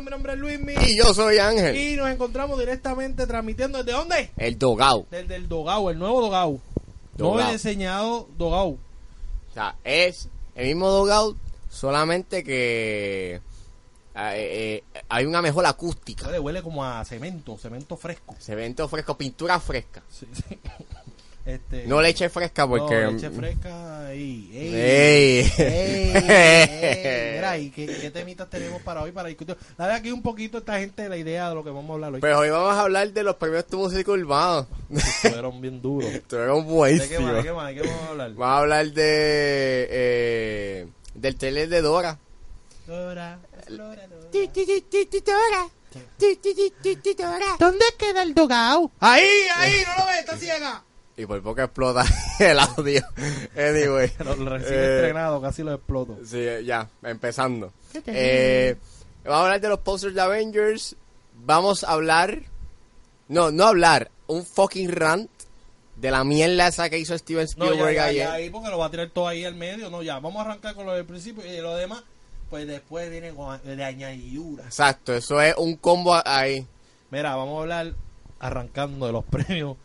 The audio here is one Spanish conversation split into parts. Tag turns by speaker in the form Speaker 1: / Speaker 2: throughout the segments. Speaker 1: nombre es Luismi.
Speaker 2: Y yo soy Ángel,
Speaker 1: Y nos encontramos directamente transmitiendo. ¿Desde dónde?
Speaker 2: el dogao.
Speaker 1: Desde el Dogao, el nuevo Dogao. No
Speaker 2: Dogao.
Speaker 1: he diseñado Dogao.
Speaker 2: O sea, es el mismo dogao, solamente que eh, eh, hay una mejor acústica.
Speaker 1: Huele, huele como a cemento, cemento fresco.
Speaker 2: Cemento fresco, pintura fresca.
Speaker 1: Sí, sí. Este,
Speaker 2: No leche fresca
Speaker 1: no,
Speaker 2: porque...
Speaker 1: leche fresca ahí. Ey,
Speaker 2: Ey.
Speaker 1: ey, ey. Mira, ¿y qué, qué temitas tenemos para hoy para discutir? Dale aquí un poquito a esta gente la idea de lo que vamos a hablar hoy.
Speaker 2: Pues hoy vamos a hablar de los premios de música urbana.
Speaker 1: Fueron bien duros. ¿De
Speaker 2: Estuvieron
Speaker 1: qué más? ¿De
Speaker 2: buenísimos.
Speaker 1: qué más? ¿De qué vamos a hablar?
Speaker 2: Vamos a hablar de eh, del trailer de Dora.
Speaker 1: Dora, Dora, Dora.
Speaker 3: ¿Dónde queda el dogao?
Speaker 1: Ahí, ahí, no lo ves, está ciega.
Speaker 2: Y por poco explota el audio. Anyway.
Speaker 1: Lo, lo recién
Speaker 2: Eh,
Speaker 1: estrenado, casi lo exploto.
Speaker 2: Sí, ya, empezando. Eh, vamos a hablar de los posters de Avengers. Vamos a hablar. No, no hablar. Un fucking rant de la mierda esa que hizo Steven
Speaker 1: No, ya,
Speaker 2: Spielberg
Speaker 1: ya,
Speaker 2: ayer.
Speaker 1: ya, ahí porque lo va a tirar todo ahí al medio. No, ya, vamos a arrancar con lo del principio y lo demás, pues después viene con, de añadiduras.
Speaker 2: Exacto, eso es un combo ahí.
Speaker 1: Mira, vamos a hablar arrancando de los premios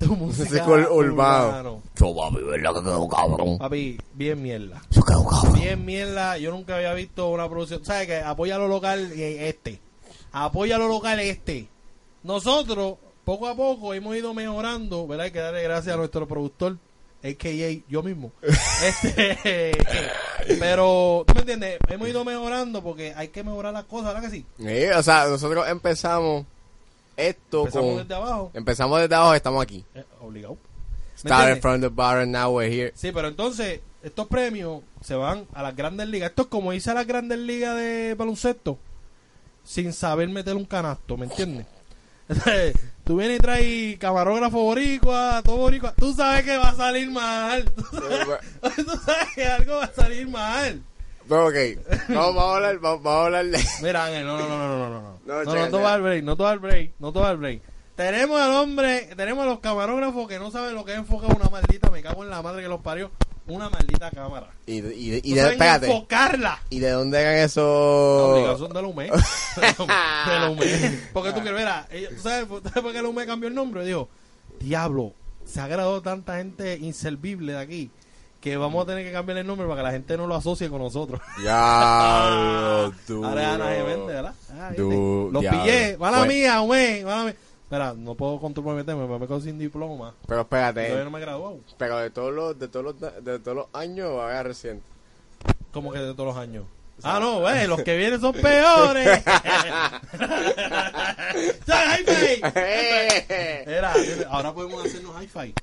Speaker 1: de música
Speaker 2: Música ur- urbano.
Speaker 1: urbano.
Speaker 2: Yo, papi, ¿verdad que quedó cabrón?
Speaker 1: Papi, bien mierda.
Speaker 2: Eso quedó cabrón.
Speaker 1: Bien mierda. Yo nunca había visto una producción. ¿Sabes qué? Apoya lo local eh, este. Apoya lo local este. Nosotros, poco a poco, hemos ido mejorando, ¿verdad? Hay que darle gracias a nuestro productor, a.k.a. yo mismo. Este, pero, ¿tú me entiendes? Hemos ido mejorando porque hay que mejorar las cosas, ¿verdad que sí?
Speaker 2: Sí, o sea, nosotros empezamos esto
Speaker 1: Empezamos
Speaker 2: con... em-
Speaker 1: desde abajo.
Speaker 2: Empezamos desde abajo, estamos aquí.
Speaker 1: Eh, obligado. ¿Me
Speaker 2: Started
Speaker 1: entiendes?
Speaker 2: from the bottom, now we're here.
Speaker 1: Sí, pero entonces, estos premios se van a las grandes ligas. Esto es como irse a las grandes ligas de baloncesto sin saber meter un canasto, ¿me entiendes? tú vienes y traes camarógrafo boricua, todo boricua. Tú sabes que va a salir mal. Tú sabes, tú sabes que algo va a salir mal.
Speaker 2: Pero ok, vamos, vamos a hablar, vamos, vamos a hablar de...
Speaker 1: Mira, Ángel, no, no, no, no, no, no, no. No,
Speaker 2: No,
Speaker 1: no,
Speaker 2: checa,
Speaker 1: te
Speaker 2: checa.
Speaker 1: va al break, no te va al break, no te va al break. Tenemos al hombre, tenemos a los camarógrafos que no saben lo que es enfocar una maldita, me cago en la madre que los parió, una maldita cámara.
Speaker 2: Y, de- y, de- y
Speaker 1: No
Speaker 2: de,
Speaker 1: saben
Speaker 2: espérate, Oh.
Speaker 1: enfocarla.
Speaker 2: ¿y de dónde hagan
Speaker 1: La
Speaker 2: eso?
Speaker 1: obligación de Lumé. de Lumé. Porque tú quieres, mira, ellos- ¿tú sabes, por- tú sabes por qué Lumé cambió el nombre? Dijo, diablo, se ha graduado tanta gente inservible de aquí que vamos a tener que cambiar el nombre para que la gente no lo asocie con nosotros.
Speaker 2: Diablo, duro.
Speaker 1: Ahora ya nadie vende, ¿verdad? Ah, ¿viste?
Speaker 2: Du-
Speaker 1: Los
Speaker 2: diablo.
Speaker 1: pillé, mala
Speaker 2: Bueno.
Speaker 1: mía, Lumé, mala mía. Espera, no puedo comprometerme, me quedo sin diploma.
Speaker 2: Pero
Speaker 1: Todavía
Speaker 2: espérate,
Speaker 1: no me he graduado.
Speaker 2: pero de todos los, de todos los, de todos los años, ahora reciente.
Speaker 1: Como que de todos los años. Ah, no, güey, los que vienen son peores. ¡Ay, hi-fi!
Speaker 2: ¡Eh!
Speaker 1: Era, ahora podemos hacernos hi-fi.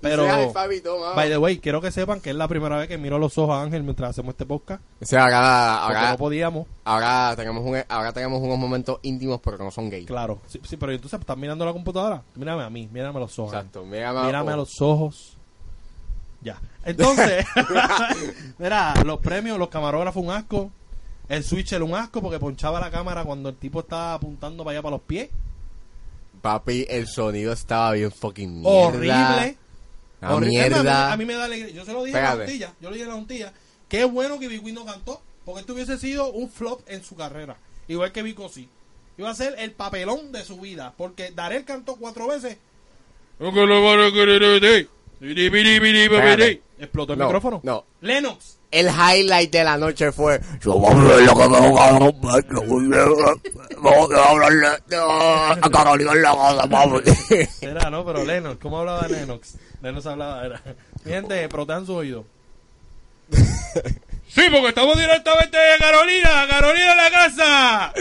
Speaker 1: Pero,
Speaker 2: Ese hi-fi y todo, mano.
Speaker 1: by the way, quiero que sepan que es la primera vez que miro los ojos a Ángel mientras hacemos este podcast.
Speaker 2: O sea, ahora,
Speaker 1: Porque
Speaker 2: ahora,
Speaker 1: no podíamos,
Speaker 2: ahora tenemos un, ahora tenemos unos momentos íntimos, pero que no son gays.
Speaker 1: claro. Sí, sí, pero entonces estás mirando la computadora. Mírame a mí, mírame a los ojos. Ángel.
Speaker 2: Exacto, mírame,
Speaker 1: Mírame a los ojos. Ya. Entonces, mira, los premios, los camarógrafos, un asco. El switcher, un asco, porque ponchaba la cámara cuando el tipo estaba apuntando para allá para los pies.
Speaker 2: oh, Papi, el sonido estaba bien fucking mierda.
Speaker 1: Horrible.
Speaker 2: La
Speaker 1: Horrible. Es más,
Speaker 2: Ah, mierda.
Speaker 1: A mí, me- a mí me da alegría. Yo se lo dije a la
Speaker 2: Espérate.
Speaker 1: juntilla. Yo le dije a la juntilla. Qué bueno que Big Win no cantó. Porque esto hubiese sido un flop en su carrera. Igual que Vico sí. Iba a ser el papelón de su vida. Porque Darel cantó cuatro veces.
Speaker 2: Espérate.
Speaker 1: Explotó el
Speaker 2: No,
Speaker 1: micrófono.
Speaker 2: no.
Speaker 1: Lennox.
Speaker 2: El highlight de la noche fue...
Speaker 4: Yo voy a hablar lo que me gusta, no me gusta, no me hablarle a Carolina en la casa, papi.
Speaker 1: Era, no, pero Lennox. ¿Cómo hablaba Lennox? Lennox hablaba. Era. Mi Gente, protean su oído. sí, porque estamos directamente de Carolina. Carolina en la casa.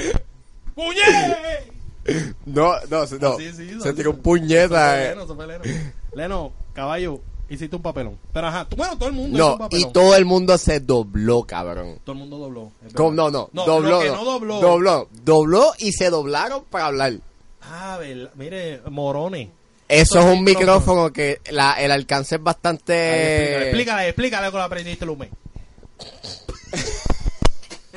Speaker 1: ¡Puñet!
Speaker 2: No, no, se- no.
Speaker 1: Así se hizo,
Speaker 2: se
Speaker 1: así
Speaker 2: tiró
Speaker 1: se-
Speaker 2: un puñeta. eh.
Speaker 1: Leno, se fue Leno. Leno, caballo, hiciste un papelón. Pero ajá, tú- bueno, todo el mundo hizo un
Speaker 2: No,
Speaker 1: papelón.
Speaker 2: y todo el mundo se dobló, cabrón.
Speaker 1: Todo el mundo dobló. es verdad.
Speaker 2: ¿Cómo? No, no,
Speaker 1: lo
Speaker 2: dobló,
Speaker 1: que
Speaker 2: no.
Speaker 1: no dobló.
Speaker 2: Dobló, dobló y se doblaron para hablar.
Speaker 1: Ah, verdad. Mire, morones.
Speaker 2: Eso
Speaker 1: Esos
Speaker 2: es un
Speaker 1: micrófonos.
Speaker 2: micrófono que la- el alcance es
Speaker 1: Ahí,
Speaker 2: bastante...
Speaker 1: explícale, explícale, explícale lo que aprendiste, Lume.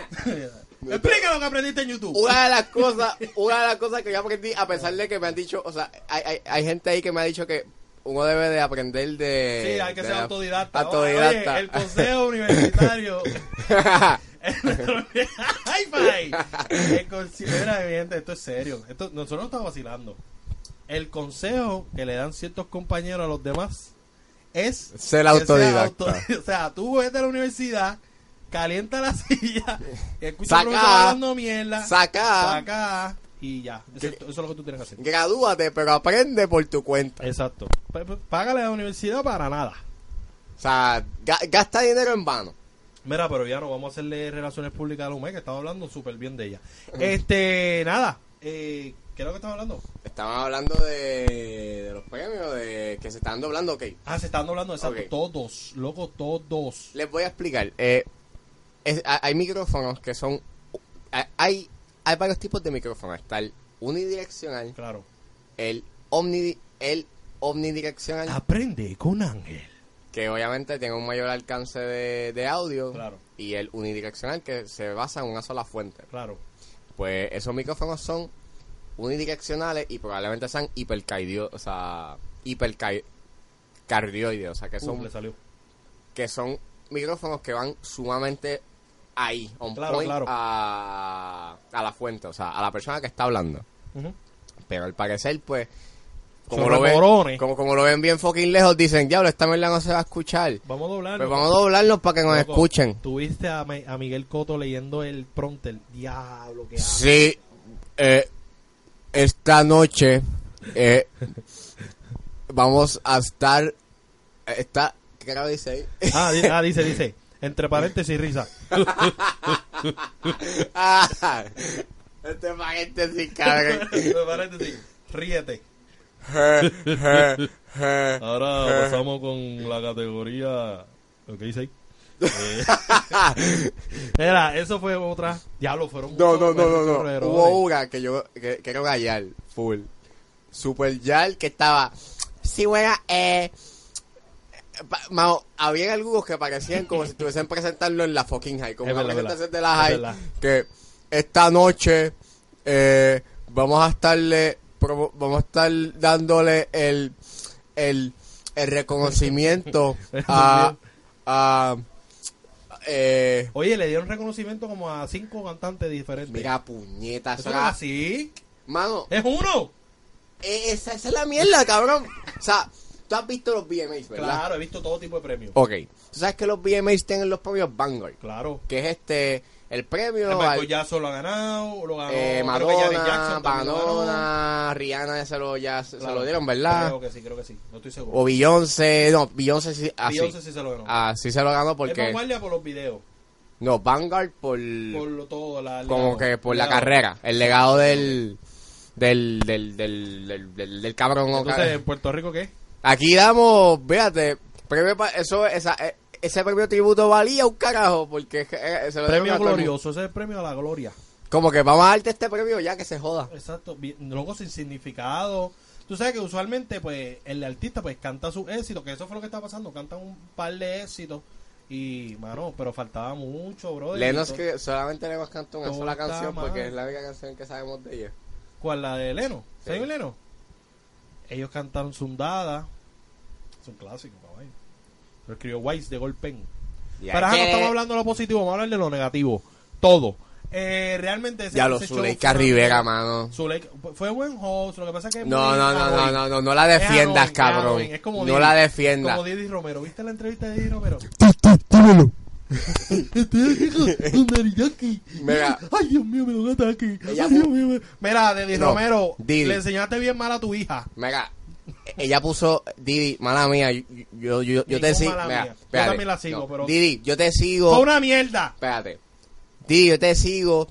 Speaker 1: explícale lo que aprendiste en YouTube.
Speaker 2: Una de las cosas, una de las cosas que yo aprendí, a pesar de que me han dicho, o sea, hay, hay, hay gente ahí que me ha dicho que uno debe de aprender de...
Speaker 1: Sí, hay que
Speaker 2: de
Speaker 1: ser
Speaker 2: la-
Speaker 1: autodidacta.
Speaker 2: eh, Autodidacta.
Speaker 1: Oye, el consejo universitario. Nuestro- Hi-Fi. El conse- Mira, mi gente, esto es serio. Esto, nosotros no estamos vacilando. El consejo que le dan ciertos compañeros a los demás es
Speaker 2: Ser
Speaker 1: que
Speaker 2: autodidacta.
Speaker 1: auto- o sea, tú vete a la universidad, calienta la silla, escucha
Speaker 2: Saca.
Speaker 1: al profesor hablando mierda,
Speaker 2: Saca.
Speaker 1: saca y ya. Eso, es- eso es lo que tú tienes que hacer.
Speaker 2: Gradúate, pero aprende por tu cuenta.
Speaker 1: Exacto. P- p- Págale a la universidad para nada.
Speaker 2: O sea, ga- gasta dinero en vano.
Speaker 1: Mira, pero ya no vamos a hacerle relaciones públicas a Lumé, que estaba hablando súper bien de ella. Este, nada, eh, ¿qué es lo que estaba hablando?
Speaker 2: Estaban hablando de, de los premios, de que se están doblando, ok.
Speaker 1: Ah, se están hablando, exacto,
Speaker 2: Ok.
Speaker 1: todos, loco, todos.
Speaker 2: Les voy a explicar. eh, es- ha- hay micrófonos que son... ha- Hay, hay varios tipos de micrófonos. Está el unidireccional,
Speaker 1: Claro.
Speaker 2: el, omnidi, el omnidireccional,
Speaker 1: Ah. Aprende con Ángel.
Speaker 2: que obviamente tiene un mayor alcance de, de audio,
Speaker 1: Claro.
Speaker 2: y el unidireccional, que se basa en una sola fuente.
Speaker 1: Claro.
Speaker 2: Pues esos micrófonos son unidireccionales y probablemente sean hipercardio, o sea, hiperca- cardioides, o sea, que
Speaker 1: Uf,
Speaker 2: son
Speaker 1: le salió.
Speaker 2: que son micrófonos que van sumamente ahí, on
Speaker 1: Claro,
Speaker 2: point
Speaker 1: claro.
Speaker 2: A, a la fuente, o sea, a la persona que está hablando.
Speaker 1: Ujú.
Speaker 2: Pero al parecer, pues,
Speaker 1: Son
Speaker 2: como lo, ven,
Speaker 1: remorones.
Speaker 2: como, como lo ven bien fucking lejos, dicen, diablo, esta mierda no se va a escuchar.
Speaker 1: Vamos a doblarlo.
Speaker 2: Pero Pues vamos a doblarlos para que nos
Speaker 1: Loco,
Speaker 2: escuchen.
Speaker 1: Tuviste a, Mi- a Miguel Coto leyendo el prompter. Diablo, que
Speaker 2: Sí, eh, esta noche eh, vamos a estar. eh, Está, ¿Qué cara dice ahí?
Speaker 1: Ah, di- ah, dice, dice. Entre paréntesis, risa.
Speaker 2: Ah, este paréntesis, cabrón.
Speaker 1: Entre paréntesis, ríete. eh, Ahora
Speaker 2: Eh.
Speaker 1: pasamos con la categoría. ¿Lo que dice ahí? Eh, Mira, eso fue otra. Diablo, fueron
Speaker 2: No, no,
Speaker 1: muchos
Speaker 2: no, no, no.
Speaker 1: corredores.
Speaker 2: Hubo una que yo que, que era una Yal, full. Super Yal que estaba. Sí, buena, eh. pa- mao, había algunos que parecían como si estuviesen presentando en la fucking high, como
Speaker 1: Es
Speaker 2: una
Speaker 1: verdad, verdad.
Speaker 2: presentación de la
Speaker 1: Es
Speaker 2: high.
Speaker 1: verdad.
Speaker 2: Que esta noche eh, vamos a estarle. promo- Vamos a estar dándole el. el, el reconocimiento a. a eh,
Speaker 1: Oye, le dieron reconocimiento como a cinco cantantes diferentes.
Speaker 2: mira, puñetas.
Speaker 1: eso no es así.
Speaker 2: Mano,
Speaker 1: Es uno.
Speaker 2: Eh, Esa, esa es la mierda, cabrón. O sea, tú has visto los VMAs, ¿verdad? Oh.
Speaker 1: Claro, he visto todo tipo de premios.
Speaker 2: Ok. Tú sabes que los VMAs tienen los premios Vanguard,
Speaker 1: Claro.
Speaker 2: que es este, el
Speaker 1: El
Speaker 2: premio
Speaker 1: Michael
Speaker 2: al,
Speaker 1: Jackson lo ha ganado. Lo ganó.
Speaker 2: eh,
Speaker 1: creo que Janet
Speaker 2: Madonna,
Speaker 1: Jackson también lo ganó.
Speaker 2: Madonna, Rihanna, ya se lo, ya se- se
Speaker 1: Claro.
Speaker 2: lo dieron, ¿verdad?
Speaker 1: Creo que sí, creo que sí. No estoy seguro.
Speaker 2: O Beyoncé, no, Beyoncé ah, sí, así.
Speaker 1: Beyoncé sí se lo ganó.
Speaker 2: Así se lo ganó
Speaker 1: Es
Speaker 2: porque,
Speaker 1: vanguardia por los videos.
Speaker 2: no, Vanguard por,
Speaker 1: Por lo- todo. La, el
Speaker 2: como
Speaker 1: legado.
Speaker 2: que por la
Speaker 1: Legado.
Speaker 2: carrera, el legado del, del, del, del, del, del, del cabrón. o
Speaker 1: Entonces,
Speaker 2: ca-
Speaker 1: ¿en Puerto Rico qué?
Speaker 2: Aquí damos, fíjate, premio pa- eso, esa, eh, ese premio tributo valía un carajo porque es que, eh, se lo dieron a
Speaker 1: Premio
Speaker 2: todo el mundo.
Speaker 1: glorioso, ese es el premio a la gloria.
Speaker 2: Como que vamos a darte este premio ya que se joda.
Speaker 1: Exacto, bien- luego sin significado. Tú sabes que usualmente pues el artista pues canta sus éxitos, que eso fue lo que está pasando, canta un par de éxitos y mano, pero faltaba mucho, brother.
Speaker 2: Lenos
Speaker 1: Y to-
Speaker 2: que solamente Lenos cantó una
Speaker 1: Todo
Speaker 2: sola
Speaker 1: está
Speaker 2: canción porque
Speaker 1: mal.
Speaker 2: es la única canción que sabemos de ella.
Speaker 1: ¿Cuál la de Leno?
Speaker 2: Sí.
Speaker 1: ¿Sabes Leno? Ellos cantaron Zundada. Es un clásico, caballo. Lo escribió Wise de Golpen. Pero ajá, no estamos hablando de lo positivo, vamos a hablar de lo negativo. Todo. Eh, realmente ese
Speaker 2: Ya lo
Speaker 1: ese show
Speaker 2: Zuleika
Speaker 1: fue-
Speaker 2: Rivera, mano.
Speaker 1: Zuleika- fue buen host, lo que pasa es que es
Speaker 2: No,
Speaker 1: muy
Speaker 2: no, no, no,
Speaker 1: annoying.
Speaker 2: no, no, no la
Speaker 1: Es
Speaker 2: defiendas,
Speaker 1: annoying,
Speaker 2: cabrón.
Speaker 1: annoying. Es como
Speaker 2: No
Speaker 1: Didi-
Speaker 2: la defiendas.
Speaker 1: Como Didi Romero. ¿Viste la entrevista de Didi Romero?
Speaker 4: Dímelo.
Speaker 2: Este Mira.
Speaker 1: Ay, Dios mío, me da un ataque.
Speaker 2: Ella-
Speaker 1: Ay, Dios mío, me- Mira, Didi
Speaker 2: No,
Speaker 1: Romero,
Speaker 2: Didi.
Speaker 1: le enseñaste bien mal a tu hija.
Speaker 2: Mira, ella puso Didi, mala mía, yo, yo, yo, yo te
Speaker 1: Ningún
Speaker 2: sigo.
Speaker 1: mala
Speaker 2: mira,
Speaker 1: mía. Yo
Speaker 2: espérate,
Speaker 1: también la sigo, pero-
Speaker 2: Didi, yo te sigo.
Speaker 1: Fue una mierda.
Speaker 2: Espérate. Di, yo te sigo.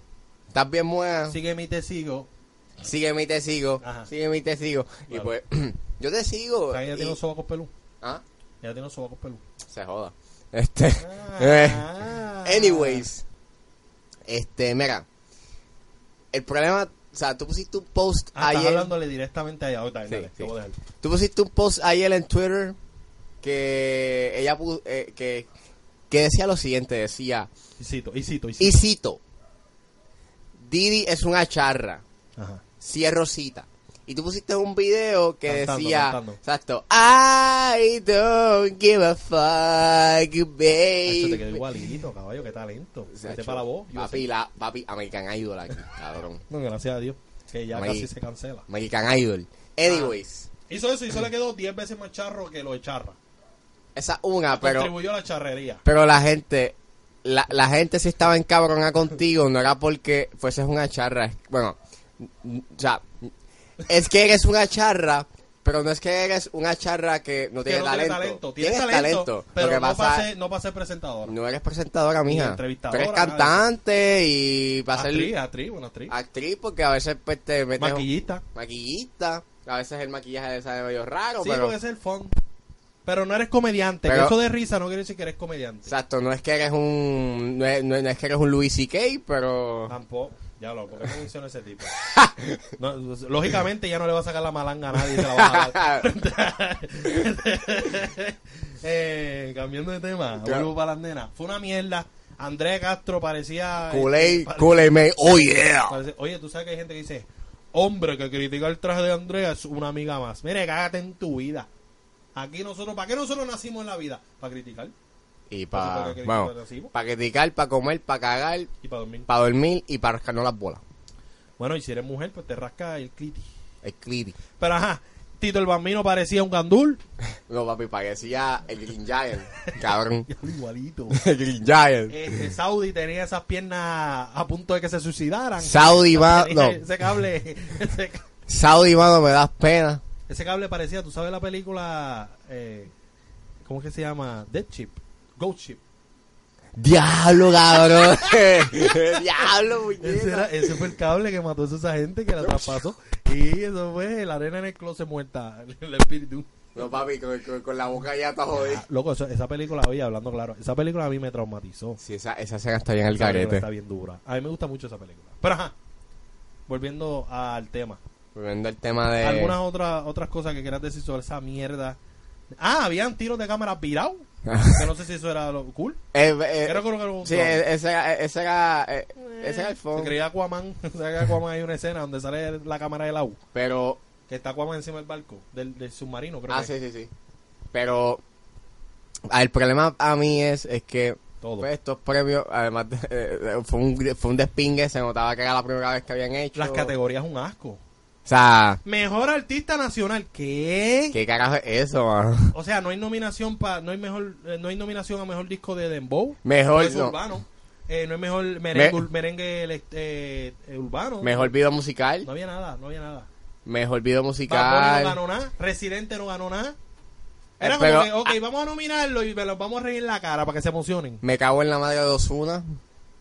Speaker 2: Estás bien buena.
Speaker 1: Sígueme y te sigo.
Speaker 2: Sígueme y te sigo.
Speaker 1: Ajá.
Speaker 2: Sígueme y te sigo. Y
Speaker 1: Claro.
Speaker 2: pues, yo te
Speaker 1: O
Speaker 2: sigo.
Speaker 1: sea, ella
Speaker 2: Pues, y-
Speaker 1: tiene los sobacos pelú.
Speaker 2: Ah,
Speaker 1: Ella tiene los sobacos pelú.
Speaker 2: se joda. Este.
Speaker 1: Ah.
Speaker 2: eh, anyways. Este, mira. El problema. O sea, tú pusiste un post
Speaker 1: Ah, estás
Speaker 2: ayer.
Speaker 1: hablándole directamente a ella. Ahorita,
Speaker 2: Sí,
Speaker 1: dale,
Speaker 2: sí.
Speaker 1: te voy a dejar.
Speaker 2: Tú pusiste un post ayer en Twitter que ella pu- eh, que, que decía lo siguiente, decía,
Speaker 1: Y cito, y cito, y
Speaker 2: y
Speaker 1: cito.
Speaker 2: cito, Didi es una charra.
Speaker 1: Ajá.
Speaker 2: Cierro cita. Y tú pusiste un video que
Speaker 1: Cantando,
Speaker 2: decía,
Speaker 1: cantando.
Speaker 2: exacto, I don't give a fuck,
Speaker 1: Ah, Eso te quedó
Speaker 2: baby.
Speaker 1: igualito, caballo, qué talento. Vete
Speaker 2: Chacho,
Speaker 1: Este para la voz. yo
Speaker 2: Papi,
Speaker 1: sé.
Speaker 2: la, papi, American Idol aquí, cabrón.
Speaker 1: No, gracias a Dios. Que ya
Speaker 2: Maíz.
Speaker 1: casi se cancela.
Speaker 2: American Idol. Anyways,
Speaker 1: Hizo eso y eso le quedó 10 veces más charro que lo de charra.
Speaker 2: esa es una, pero,
Speaker 1: Contribuyó a la charrería.
Speaker 2: pero la gente, la, la gente si estaba encabrona contigo, no era porque fueses una charra. Bueno, mm, o sea, es que eres una charra, pero no es que eres una charra que no
Speaker 1: Que
Speaker 2: tiene
Speaker 1: no tiene
Speaker 2: talento.
Speaker 1: talento. Tienes talento,
Speaker 2: Lo que
Speaker 1: pero no
Speaker 2: pasa
Speaker 1: para ser- no para ser presentador.
Speaker 2: No eres presentadora, mija. Pero
Speaker 1: entrevistadora,
Speaker 2: eres
Speaker 1: nada de eso.
Speaker 2: cantante y va a ser
Speaker 1: Actriz, actriz, buena actriz.
Speaker 2: actriz porque a veces pues, te metes
Speaker 1: Maquillista.
Speaker 2: maquillista. A veces el maquillaje de esa de medio raro,
Speaker 1: Sí,
Speaker 2: pero
Speaker 1: porque ese es el fun. Pero no eres comediante.
Speaker 2: Pero-
Speaker 1: que eso de risa no quiere decir que eres comediante.
Speaker 2: exacto, no es que eres un no es, no es- no es que eres un Louis CK, pero
Speaker 1: Tampoco. Ya lo, ¿por qué no menciono ese tipo? No, pues, lógicamente ya no le va a sacar la malanga a nadie, se la va a dar. Eh, cambiando de tema,
Speaker 2: Claro.
Speaker 1: vuelvo para las nenas. Fue una mierda. Andrea Castro parecía... eh,
Speaker 2: Kool-Aid,
Speaker 1: pare-
Speaker 2: Kool-Aid Man, oh yeah.
Speaker 1: parece- oye, tú sabes que hay gente que dice, hombre, que critica el traje de Andrea es una amiga más. Mire, cágate en tu vida. Aquí nosotros, ¿para qué nosotros nacimos en la vida? Para criticar
Speaker 2: Y
Speaker 1: ¿Para
Speaker 2: para
Speaker 1: qué
Speaker 2: vamos,
Speaker 1: recibo?
Speaker 2: para criticar, para comer, para cagar,
Speaker 1: y para dormir.
Speaker 2: para dormir y para rascarnos las bolas.
Speaker 1: Bueno, y si eres mujer, pues te rasca el cliti.
Speaker 2: El cliti.
Speaker 1: Pero ajá, Tito el Bambino parecía un gandul.
Speaker 2: No, papi, parecía el Green Giant, cabrón.
Speaker 1: Igualito.
Speaker 2: el Green Giant.
Speaker 1: Este, Saudi tenía esas piernas a punto de que se suicidaran.
Speaker 2: Saudi, va,
Speaker 1: Tenía
Speaker 2: ah, no,
Speaker 1: Ese cable, ese, ca-
Speaker 2: Saudi, mano, me das pena.
Speaker 1: ese cable parecía, tú sabes la película, eh, ¿cómo es que se llama? Dead Ship, Ghost Ship.
Speaker 2: Diablo, cabrón. Diablo,
Speaker 1: Ese, era-
Speaker 2: muñeca.
Speaker 1: ese fue el cable que mató a esa gente que la traspasó. Y eso fue la arena en el closet muerta, el espíritu.
Speaker 2: No, papi, con, con- con la boca ya está
Speaker 1: Ah,
Speaker 2: jodida.
Speaker 1: Loco, eso- esa película, oye, hablando claro, esa película a mí me traumatizó.
Speaker 2: Sí, esa, esa escena está bien al
Speaker 1: Esa película
Speaker 2: carete.
Speaker 1: está bien dura. A mí me gusta mucho esa película. Pero ajá, volviendo al tema.
Speaker 2: Volviendo al tema de...
Speaker 1: ¿Algunas otras otras cosas que quieras decir sobre esa mierda? Ah, habían tiros de cámara virado. que no sé si eso era lo cool.
Speaker 2: Eh, eh,
Speaker 1: Creo que lo que lo-
Speaker 2: sí, eh, ese, era- eh, ese era... eh, ese era el
Speaker 1: Se
Speaker 2: fondo.
Speaker 1: creía Aquaman. O sea, que Aquaman hay una escena donde sale la cámara del agua.
Speaker 2: Pero...
Speaker 1: Que está Aquaman encima del barco, del, del submarino, creo
Speaker 2: Ah,
Speaker 1: que
Speaker 2: sí, sí, sí. Pero... ah, El problema a mí es, es que...
Speaker 1: todo.
Speaker 2: pues, estos premios, además, de- eh, fue, un, fue un despingue, se notaba que era la primera vez que habían hecho.
Speaker 1: Las categorías un asco.
Speaker 2: O sea,
Speaker 1: Mejor artista nacional. ¿Qué?
Speaker 2: ¿qué carajo es eso, mano?
Speaker 1: O sea, no hay nominación para no hay mejor eh, no hay nominación a mejor disco de dembow.
Speaker 2: Mejor,
Speaker 1: Pues
Speaker 2: no.
Speaker 1: urbano. Eh, no es mejor merengue,
Speaker 2: Me-
Speaker 1: merengue este, eh, urbano.
Speaker 2: Mejor video musical.
Speaker 1: No había nada, no había nada.
Speaker 2: Mejor video
Speaker 1: Bad Bunny
Speaker 2: musical.
Speaker 1: no ganó nada, Residente no ganó nada. Era
Speaker 2: Eh, pero-
Speaker 1: como que, ok, vamos a nominarlo y me los vamos a reír en la cara para que se emocionen.
Speaker 2: Me cago en la madre de Osuna.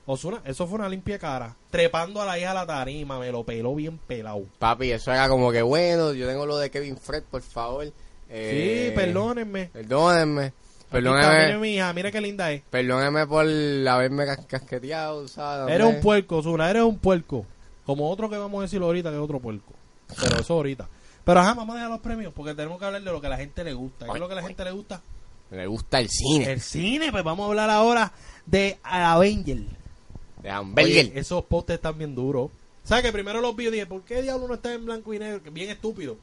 Speaker 1: Osuna, eso fue una limpia cara. Trepando a la hija a la tarima, me lo peló bien pelado.
Speaker 2: Papi, eso era como que bueno. Yo tengo lo de Kevin Fred, por favor. Eh,
Speaker 1: sí, perdónenme.
Speaker 2: Perdónenme.
Speaker 1: Aquí está, mire
Speaker 2: Perdónenme.
Speaker 1: mi hija, mire qué linda es.
Speaker 2: Perdónenme por haberme cas- casqueteado, ¿sabes?
Speaker 1: Eres un puerco, Osuna, eres un puerco. Como otro que vamos a decirlo ahorita, que es otro puerco. Pero eso ahorita. Pero ajá, vamos a dejar los premios porque tenemos que hablar de lo que a la gente le gusta. ¿Qué es lo que a la gente le gusta?
Speaker 2: Me gusta el cine.
Speaker 1: El cine, pues vamos a hablar ahora de Avenger.
Speaker 2: De Hamburger.
Speaker 1: Oye, esos postes están bien duros. ¿Sabes que primero los vi y dije, ¿por qué diablo uno está en blanco y negro? Que Bien estúpido.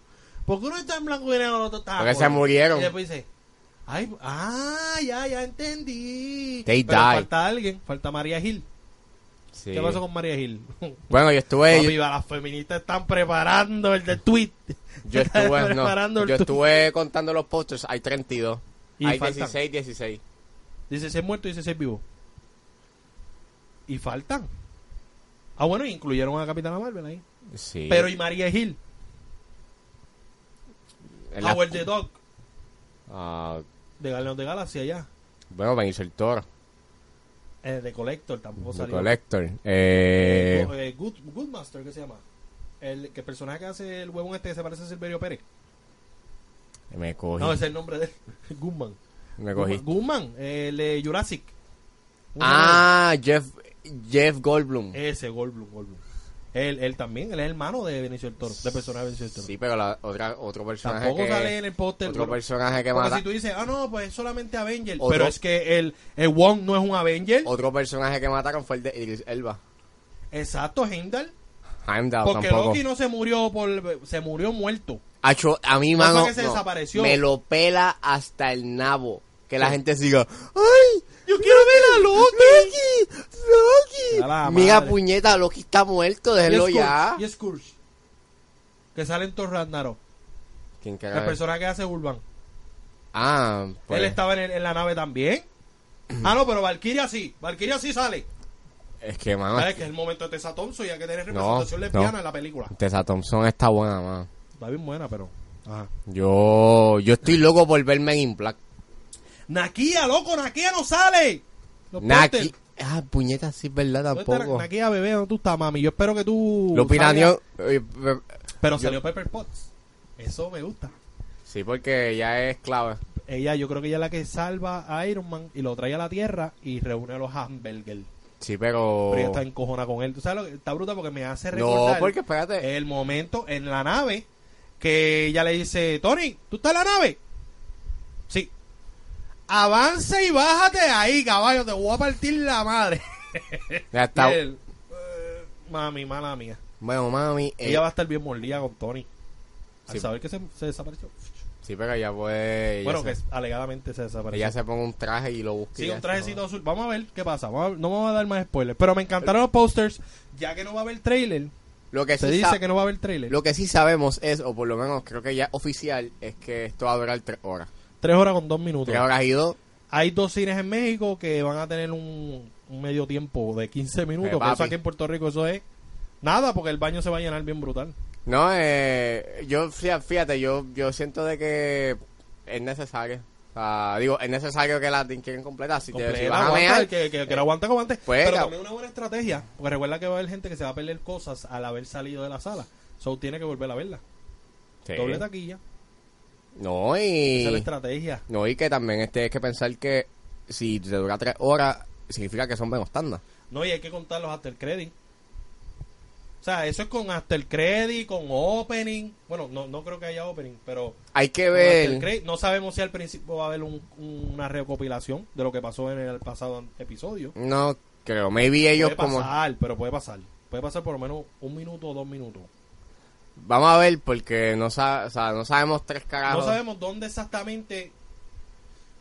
Speaker 1: ¿Por qué uno está en blanco y negro el otro está?
Speaker 2: Porque
Speaker 1: a
Speaker 2: se
Speaker 1: color?
Speaker 2: murieron.
Speaker 1: Y después dice, ay, ah, ya, ya entendí.
Speaker 2: They
Speaker 1: Pero
Speaker 2: die.
Speaker 1: falta alguien, falta María Gil.
Speaker 2: Sí.
Speaker 1: ¿Qué pasó con María Gil?
Speaker 2: Bueno, yo estuve.
Speaker 1: Papi,
Speaker 2: Yo,
Speaker 1: las feministas están preparando el del tweet.
Speaker 2: yo
Speaker 1: Están
Speaker 2: estuve, no,
Speaker 1: preparando el
Speaker 2: yo
Speaker 1: tweet.
Speaker 2: estuve contando los posters. Hay 32.
Speaker 1: Y
Speaker 2: Hay
Speaker 1: faltan.
Speaker 2: 16, 16.
Speaker 1: 16 muertos y 16 vivos. Y faltan. Ah, bueno, incluyeron a Capitana Marvel ahí.
Speaker 2: Sí.
Speaker 1: Pero y María Gil,
Speaker 2: En la-
Speaker 1: Howard the Dog,
Speaker 2: Ah,
Speaker 1: de Galeón de Galaxy allá.
Speaker 2: bueno, Benicio el Toro.
Speaker 1: Eh, de Collector tampoco
Speaker 2: The
Speaker 1: salió.
Speaker 2: Collector. Eh,
Speaker 1: Go- eh, Good, Goodmaster, ¿qué se llama? El, que el personaje que hace el huevón este que se parece a Silverio Pérez.
Speaker 2: me cogí.
Speaker 1: eh. No, ese es el nombre de él. Goodman.
Speaker 2: me cogí.
Speaker 1: Goodman, el de Jurassic.
Speaker 2: Ah, Jeff, Jeff Goldblum.
Speaker 1: Ese, Goldblum, Goldblum. Él, él también, él es hermano de Benicio del Toro, de personaje de Benicio del Toro.
Speaker 2: Sí, pero la otra, otro personaje
Speaker 1: Tampoco
Speaker 2: que...
Speaker 1: sale en el póster.
Speaker 2: otro
Speaker 1: bueno.
Speaker 2: personaje que
Speaker 1: Porque
Speaker 2: mata...
Speaker 1: si tú dices, ah, no, pues es solamente Avenger.
Speaker 2: Otro-
Speaker 1: Pero es que el, el Wong no es un Avenger.
Speaker 2: Otro personaje que mataron fue el de Idris Elba.
Speaker 1: Exacto, Heimdall.
Speaker 2: Heimdall
Speaker 1: Porque
Speaker 2: Ah, tampoco.
Speaker 1: Loki no se murió por. Se murió muerto.
Speaker 2: Acho, a mí,
Speaker 1: Pasa
Speaker 2: mano,
Speaker 1: que se
Speaker 2: no,
Speaker 1: desapareció.
Speaker 2: me lo pela hasta el nabo. Que la gente siga, ¡ay!
Speaker 1: Yo quiero ver a Loki.
Speaker 2: ¡Loki!
Speaker 1: A la
Speaker 2: Mira,
Speaker 1: madre.
Speaker 2: puñeta, Loki está muerto, déjelo
Speaker 1: Y Scourge,
Speaker 2: ya.
Speaker 1: Y Scourge. Que sale en Thor Ragnarok.
Speaker 2: ¿Quién
Speaker 1: La
Speaker 2: caga?
Speaker 1: persona que hace Urban.
Speaker 2: Ah, Eh. pues,
Speaker 1: Él estaba en, el- en la nave también. Ah, no, pero Valkyria sí. Valkyria sí sale.
Speaker 2: es que, mano,
Speaker 1: Vale, que es el momento de Tessa Thompson y hay que tener representación
Speaker 2: Ah. no.
Speaker 1: lesbiana en la película.
Speaker 2: Tessa Thompson está buena, mano.
Speaker 1: Está bien buena, pero. Ajá.
Speaker 2: Yo, yo estoy loco por verme en In Black.
Speaker 1: Nakia, loco, Nakia no sale. Los póster.
Speaker 2: Naki. Ah, puñeta, sí, es verdad,
Speaker 1: ¿Dónde está
Speaker 2: tampoco.
Speaker 1: Nakia, bebé, ¿dónde tú estás, mami? Yo espero que tú.
Speaker 2: Lo
Speaker 1: salgas.
Speaker 2: piraneó. eh,
Speaker 1: Pero salió Pepper Potts. Eso me gusta.
Speaker 2: Sí, porque ya es clave.
Speaker 1: Ella, yo creo que ella es la que salva a Iron Man y lo trae a la Tierra y reúne a los hamburger.
Speaker 2: Sí, pero.
Speaker 1: Pero ella está encojona con él. ¿Tú sabes lo que está bruta? Porque me hace recordar
Speaker 2: No, porque espérate.
Speaker 1: el momento en la nave que ella le dice, Tony, ¿tú estás en la nave? Sí. Avanza y bájate ahí, caballo, te voy a partir la madre.
Speaker 2: Ya está.
Speaker 1: Y él, "Eh, mami, mala mía.
Speaker 2: Bueno, mami. eh,
Speaker 1: Ella va a estar bien mordida con Tony. Al
Speaker 2: Sí.
Speaker 1: saber que se, se desapareció.
Speaker 2: Sí, pero ya puede. ella
Speaker 1: bueno,
Speaker 2: se-
Speaker 1: que alegadamente se desapareció.
Speaker 2: Ella se ponga un traje y lo busque. y
Speaker 1: Sí,
Speaker 2: ya
Speaker 1: un
Speaker 2: está.
Speaker 1: trajecito azul. Vamos a ver qué pasa. Vamos a ver- no vamos a dar más spoilers. Pero me encantaron los posters. Ya que no va a haber trailer,
Speaker 2: Lo que,
Speaker 1: se
Speaker 2: sí sa-
Speaker 1: dice que no va a haber trailer.
Speaker 2: lo que sí sabemos es, o por lo menos creo que ya oficial, es que esto va a durar tres horas.
Speaker 1: Tres horas con dos minutos.
Speaker 2: Tres horas y dos.
Speaker 1: Hay dos cines en México que van a tener un, un medio tiempo de 15 minutos.
Speaker 2: Eh,
Speaker 1: Por eso
Speaker 2: papi.
Speaker 1: aquí en Puerto Rico eso es nada, porque el baño se va a llenar bien brutal.
Speaker 2: No, eh, yo fía- fíjate, yo, yo siento de que es necesario. O sea, digo, es necesario que la quieren completar. Si te si
Speaker 1: Completa,
Speaker 2: vas a
Speaker 1: aguanta,
Speaker 2: mear,
Speaker 1: el que, que, que no aguante, que aguante.
Speaker 2: Pues,
Speaker 1: Pero
Speaker 2: cab-
Speaker 1: también una buena estrategia, porque recuerda que va a haber gente que se va a perder cosas al haber salido de la sala. So tiene que volver a verla.
Speaker 2: sí.
Speaker 1: Doble taquilla.
Speaker 2: No,
Speaker 1: Esa es la
Speaker 2: y,
Speaker 1: estrategia.
Speaker 2: no, y que también este, hay que pensar que si te dura tres horas, significa que son menos tandas.
Speaker 1: No, y hay que contar los after credit. O sea, eso es con after credit, con opening. Bueno, no, no creo que haya opening, pero
Speaker 2: Hay que
Speaker 1: con after
Speaker 2: ver.
Speaker 1: credit. no sabemos si al principio va a haber un- una recopilación de lo que pasó en el pasado episodio.
Speaker 2: No, creo. Maybe ellos
Speaker 1: Puede
Speaker 2: como.
Speaker 1: pasar, pero puede pasar. Puede pasar por lo menos un minuto o dos minutos.
Speaker 2: Vamos a ver, porque no, sa- o sea, no sabemos tres
Speaker 1: No
Speaker 2: carajos.
Speaker 1: sabemos dónde exactamente.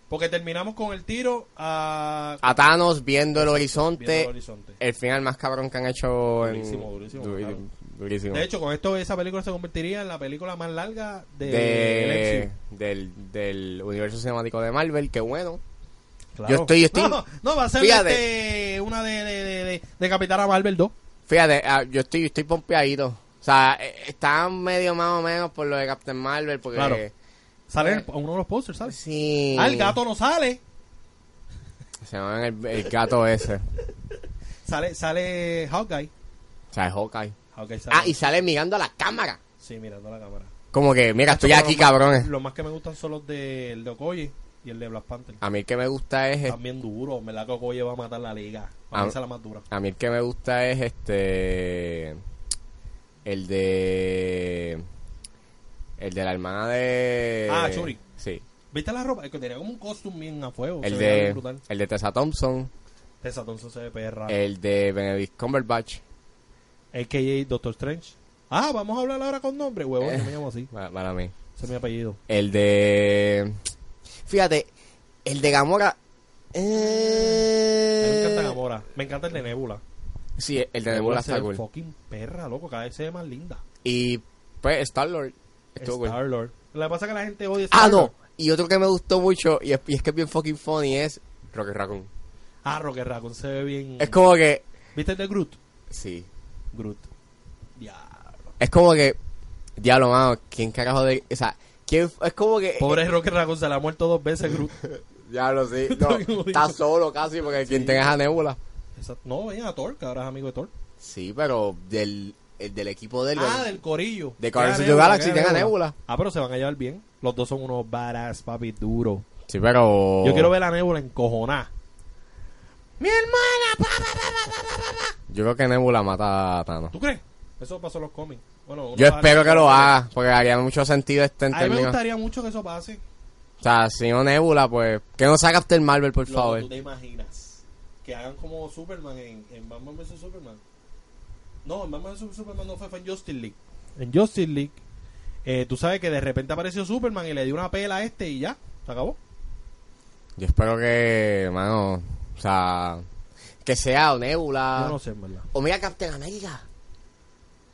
Speaker 1: Porque terminamos con el tiro a.
Speaker 2: A Thanos viendo el horizonte.
Speaker 1: viendo el horizonte.
Speaker 2: El final más cabrón que han hecho en-
Speaker 1: Durísimo, durísimo,
Speaker 2: du-
Speaker 1: claro.
Speaker 2: durísimo.
Speaker 1: De hecho, con esto esa película se convertiría en la película más larga de, del
Speaker 2: de,
Speaker 1: MCU.
Speaker 2: del, del universo cinemático de Marvel, que bueno.
Speaker 1: Claro.
Speaker 2: Yo estoy- estoy-
Speaker 1: No, no, va a ser
Speaker 2: Fíjate.
Speaker 1: este, una de, de, de, de, de Capitana Marvel 2.
Speaker 2: Fíjate, ah, yo estoy, estoy pompeadito. O sea, eh, está medio más o menos por lo de Captain Marvel, porque...
Speaker 1: Claro. Sale en el- uno de los posters, ¿sabes?
Speaker 2: Eh. Sí.
Speaker 1: Ah, el gato no sale.
Speaker 2: Se llama el, el gato ese. O
Speaker 1: Sale, sale Hawkeye.
Speaker 2: sea, es Hawkeye.
Speaker 1: Hawkeye sale.
Speaker 2: Ah, y sale mirando a la cámara.
Speaker 1: Sí, mirando la cámara.
Speaker 2: Como que, mira, estoy
Speaker 1: Pero
Speaker 2: aquí,
Speaker 1: lo más-
Speaker 2: cabrones.
Speaker 1: Lo más que me gustan son los de, el de Okoye y el de Black Panther.
Speaker 2: A mí el que me gusta es... este,
Speaker 1: Están bien duros. Me la que Okoye va a matar la liga. Va
Speaker 2: eh. Ah.
Speaker 1: a ser la más dura.
Speaker 2: A mí el que me gusta es este. El de. El de la hermana de.
Speaker 1: Ah, Shuri.
Speaker 2: Sí.
Speaker 1: ¿Viste la ropa? Es que tenía como un costume bien a fuego.
Speaker 2: El
Speaker 1: se veía bien
Speaker 2: de.
Speaker 1: brutal.
Speaker 2: El de Tessa Thompson.
Speaker 1: Tessa Thompson se ve perra.
Speaker 2: El de Benedict Cumberbatch.
Speaker 1: AKA Doctor Strange. Ah, vamos a hablar ahora con nombre.
Speaker 2: Eh.
Speaker 1: Huevón, yo me llamo así.
Speaker 2: pa- Para mí.
Speaker 1: Ese es mi apellido.
Speaker 2: El de. Fíjate, el de Gamora.
Speaker 1: A mí me
Speaker 2: Eh...
Speaker 1: encanta Gamora. Me encanta el de Nebula.
Speaker 2: Sí, el de Nebula está cool.
Speaker 1: fucking perra, loco. Cada vez se ve más linda.
Speaker 2: Y pues Star Lord. Estuvo cool.
Speaker 1: Star-Lord. Lo que pasa es que la gente odia
Speaker 2: Ah,
Speaker 1: Star-Lord.
Speaker 2: no. Y otro que me gustó mucho, y es, y es que es bien fucking funny, es Rocket Raccoon.
Speaker 1: Ah, Rocket Raccoon se ve bien.
Speaker 2: Es como que.
Speaker 1: ¿Viste el de Groot?
Speaker 2: Sí.
Speaker 1: Groot. Diablo.
Speaker 2: Es como que. Diablo, mano. ¿Quién carajo de.? O sea, ¿quién.? f- Es como que.
Speaker 1: Pobre Rocket Raccoon se le ha muerto dos veces Groot.
Speaker 2: Diablo, sí.
Speaker 1: Estoy jodido.
Speaker 2: está solo casi porque quien tenga es a Nebula.
Speaker 1: Esa- No, ven a Thor, que ahora es amigo de Thor.
Speaker 2: Sí, pero del, el del equipo del.
Speaker 1: Ah, del Corillo.
Speaker 2: De
Speaker 1: Que
Speaker 2: Guardians
Speaker 1: era
Speaker 2: of the
Speaker 1: Nebula,
Speaker 2: Galaxy,
Speaker 1: que era
Speaker 2: tenga Nebula.
Speaker 1: Ah, pero se van a llevar bien. Los dos son unos varas, papi, duro.
Speaker 2: Sí, pero.
Speaker 1: Yo quiero ver a Nebula encojonada. ¡Mi hermana! pa, pa, pa, pa, pa, pa, pa.
Speaker 2: Yo creo que Nebula mata a Thanos.
Speaker 1: ¿Tú Ah, crees? Eso pasó en los cómics. Bueno, uno
Speaker 2: Yo
Speaker 1: va a-
Speaker 2: espero que lo haga, porque haría mucho sentido este en
Speaker 1: A mí me
Speaker 2: términos.
Speaker 1: gustaría mucho que eso pase.
Speaker 2: O sea, si no Nebula, pues. Que no saca Captain Marvel, por
Speaker 1: Lo
Speaker 2: favor.
Speaker 1: que tú te imaginas. Que hagan como Superman en, en Batman vs. Superman. No, el Batman vs Superman no fue, fue en Justice League. En Justice League, eh, tú sabes que de repente apareció Superman y le dio una pela a este y ya, se acabó.
Speaker 2: Yo espero que, mano, o sea, que sea o Nebula.
Speaker 1: Yo no sé, en verdad.
Speaker 2: O mira Captain America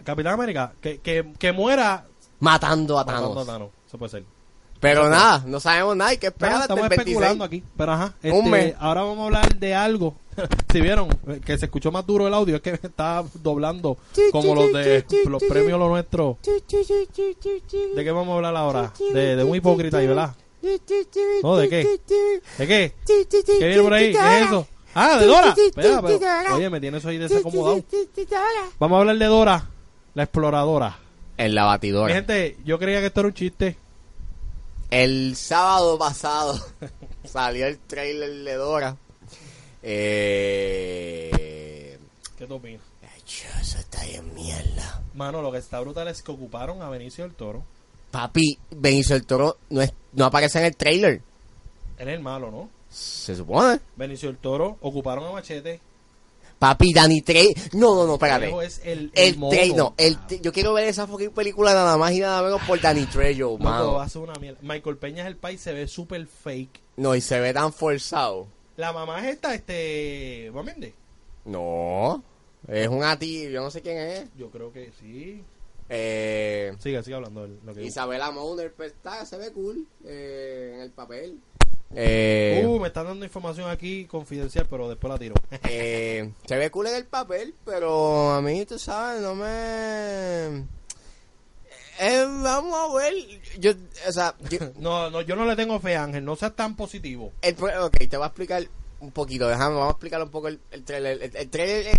Speaker 1: Capitán América, que, que, que muera
Speaker 2: matando a Thanos.
Speaker 1: matando a Thanos. Eso puede ser.
Speaker 2: Pero nada, no sabemos nada, hay que
Speaker 1: Nada,
Speaker 2: esperar hasta
Speaker 1: estamos
Speaker 2: el 26.
Speaker 1: especulando aquí. Pero ajá,
Speaker 2: Un
Speaker 1: este,
Speaker 2: mes.
Speaker 1: ahora vamos a hablar de algo. si vieron eh, que se escuchó más duro el audio, es que me estaba doblando como los de los premios los nuestros. ¿De qué vamos a hablar ahora? De, de un hipócrita y verdad. No, ¿de qué? ¿De qué? ¿Qué viene por ahí? ¿Qué es eso? Ah, de Dora. Espera, pero- oye, me tiene eso ahí desacomodado. Vamos a hablar de Dora, la exploradora.
Speaker 2: En la
Speaker 1: Mi
Speaker 2: batidora.
Speaker 1: gente, yo creía que esto era un chiste.
Speaker 2: El sábado pasado salió el trailer de Dora. Eh...
Speaker 1: ¿Qué te opinas?
Speaker 2: ay, chico, Eso está bien mierda.
Speaker 1: Mano, lo que está brutal es que ocuparon a Benicio del Toro.
Speaker 2: Papi, Benicio del Toro no, es- no aparece en el trailer.
Speaker 1: Él es el malo, ¿no?
Speaker 2: Se supone.
Speaker 1: Benicio del Toro ocuparon a Machete.
Speaker 2: Papi, Danny Trey. No, no, no, espérate.
Speaker 1: Trejo es el, el,
Speaker 2: El
Speaker 1: mono.
Speaker 2: Trey, no. El Tre- Yo quiero ver esa fucking película nada más y nada menos por Danny Trejo,
Speaker 1: Loco, va
Speaker 2: mano.
Speaker 1: a ser una mierda. Michael Peña es el país, se ve súper fake.
Speaker 2: No, y se ve tan forzado.
Speaker 1: La mamá es esta, este. ¿Va Méndez?
Speaker 2: No. Es un ti, yo no sé quién es.
Speaker 1: Yo creo que sí.
Speaker 2: Eh,
Speaker 1: Sigue, sigue hablando. de Lo que
Speaker 2: Isabela Mounder, pues, está, se ve cool eh, en el papel. Eh,
Speaker 1: Uh, me están dando información aquí confidencial, pero después la tiro.
Speaker 2: eh, se ve cool en el papel, pero a mí, tú sabes, no me... Eh, vamos a ver. Yo, o sea, yo-
Speaker 1: no, no, yo no le tengo fe, Ángel. No seas tan positivo.
Speaker 2: El pro- ok, te voy a explicar un poquito. Déjame, vamos a explicar un poco el, el trailer. El, el trailer eh,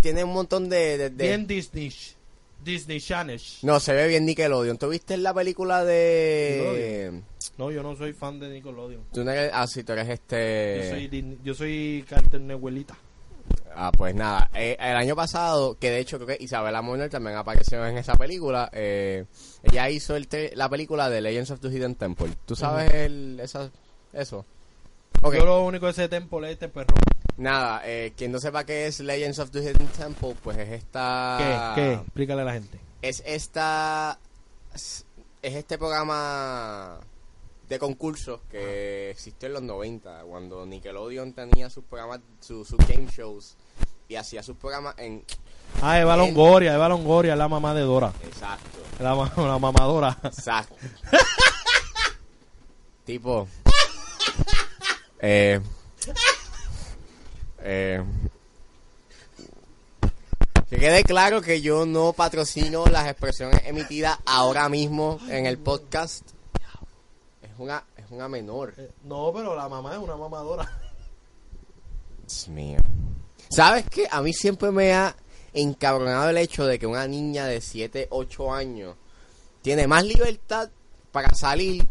Speaker 2: tiene un montón de. de- de-
Speaker 1: Bien Disney. Disney Channel.
Speaker 2: No, se ve bien Nickelodeon. ¿Tú viste la película de.
Speaker 1: No, yo no soy fan de Nickelodeon.
Speaker 2: Tú no eres. Ah, sí, tú eres este.
Speaker 1: Yo soy, Disney- yo soy Carter Nehuelita.
Speaker 2: Ah, pues nada. Eh, el año pasado, que de hecho creo que Isabela Mourner también apareció en esa película. eh, ella hizo el tra- la película de Legends of the Hidden Temple. ¿Tú sabes el, esa- eso? Ok.
Speaker 1: Yo lo único de ese temple es este perro.
Speaker 2: Nada, eh, quien no sepa qué es Legends of the Hidden Temple, pues es esta...
Speaker 1: ¿Qué? ¿Qué? Explícale a la gente.
Speaker 2: es esta es este programa de concursos que existió en los 90 cuando Nickelodeon tenía sus programas su- sus game shows y hacía sus programas en
Speaker 1: Ah, Eva
Speaker 2: Bien.
Speaker 1: Longoria, Eva Longoria, la mamá de Dora.
Speaker 2: exacto
Speaker 1: La, ma- la mamadora.
Speaker 2: exacto tipo eh eh que quede claro que yo no patrocino las expresiones emitidas ahora mismo en el podcast. Es una, es una menor.
Speaker 1: Eh, No, pero la mamá es una mamadora.
Speaker 2: Dios mío. ¿Sabes qué? A mí siempre me ha encabronado el hecho de que una niña de 7, 8 años tiene más libertad para salir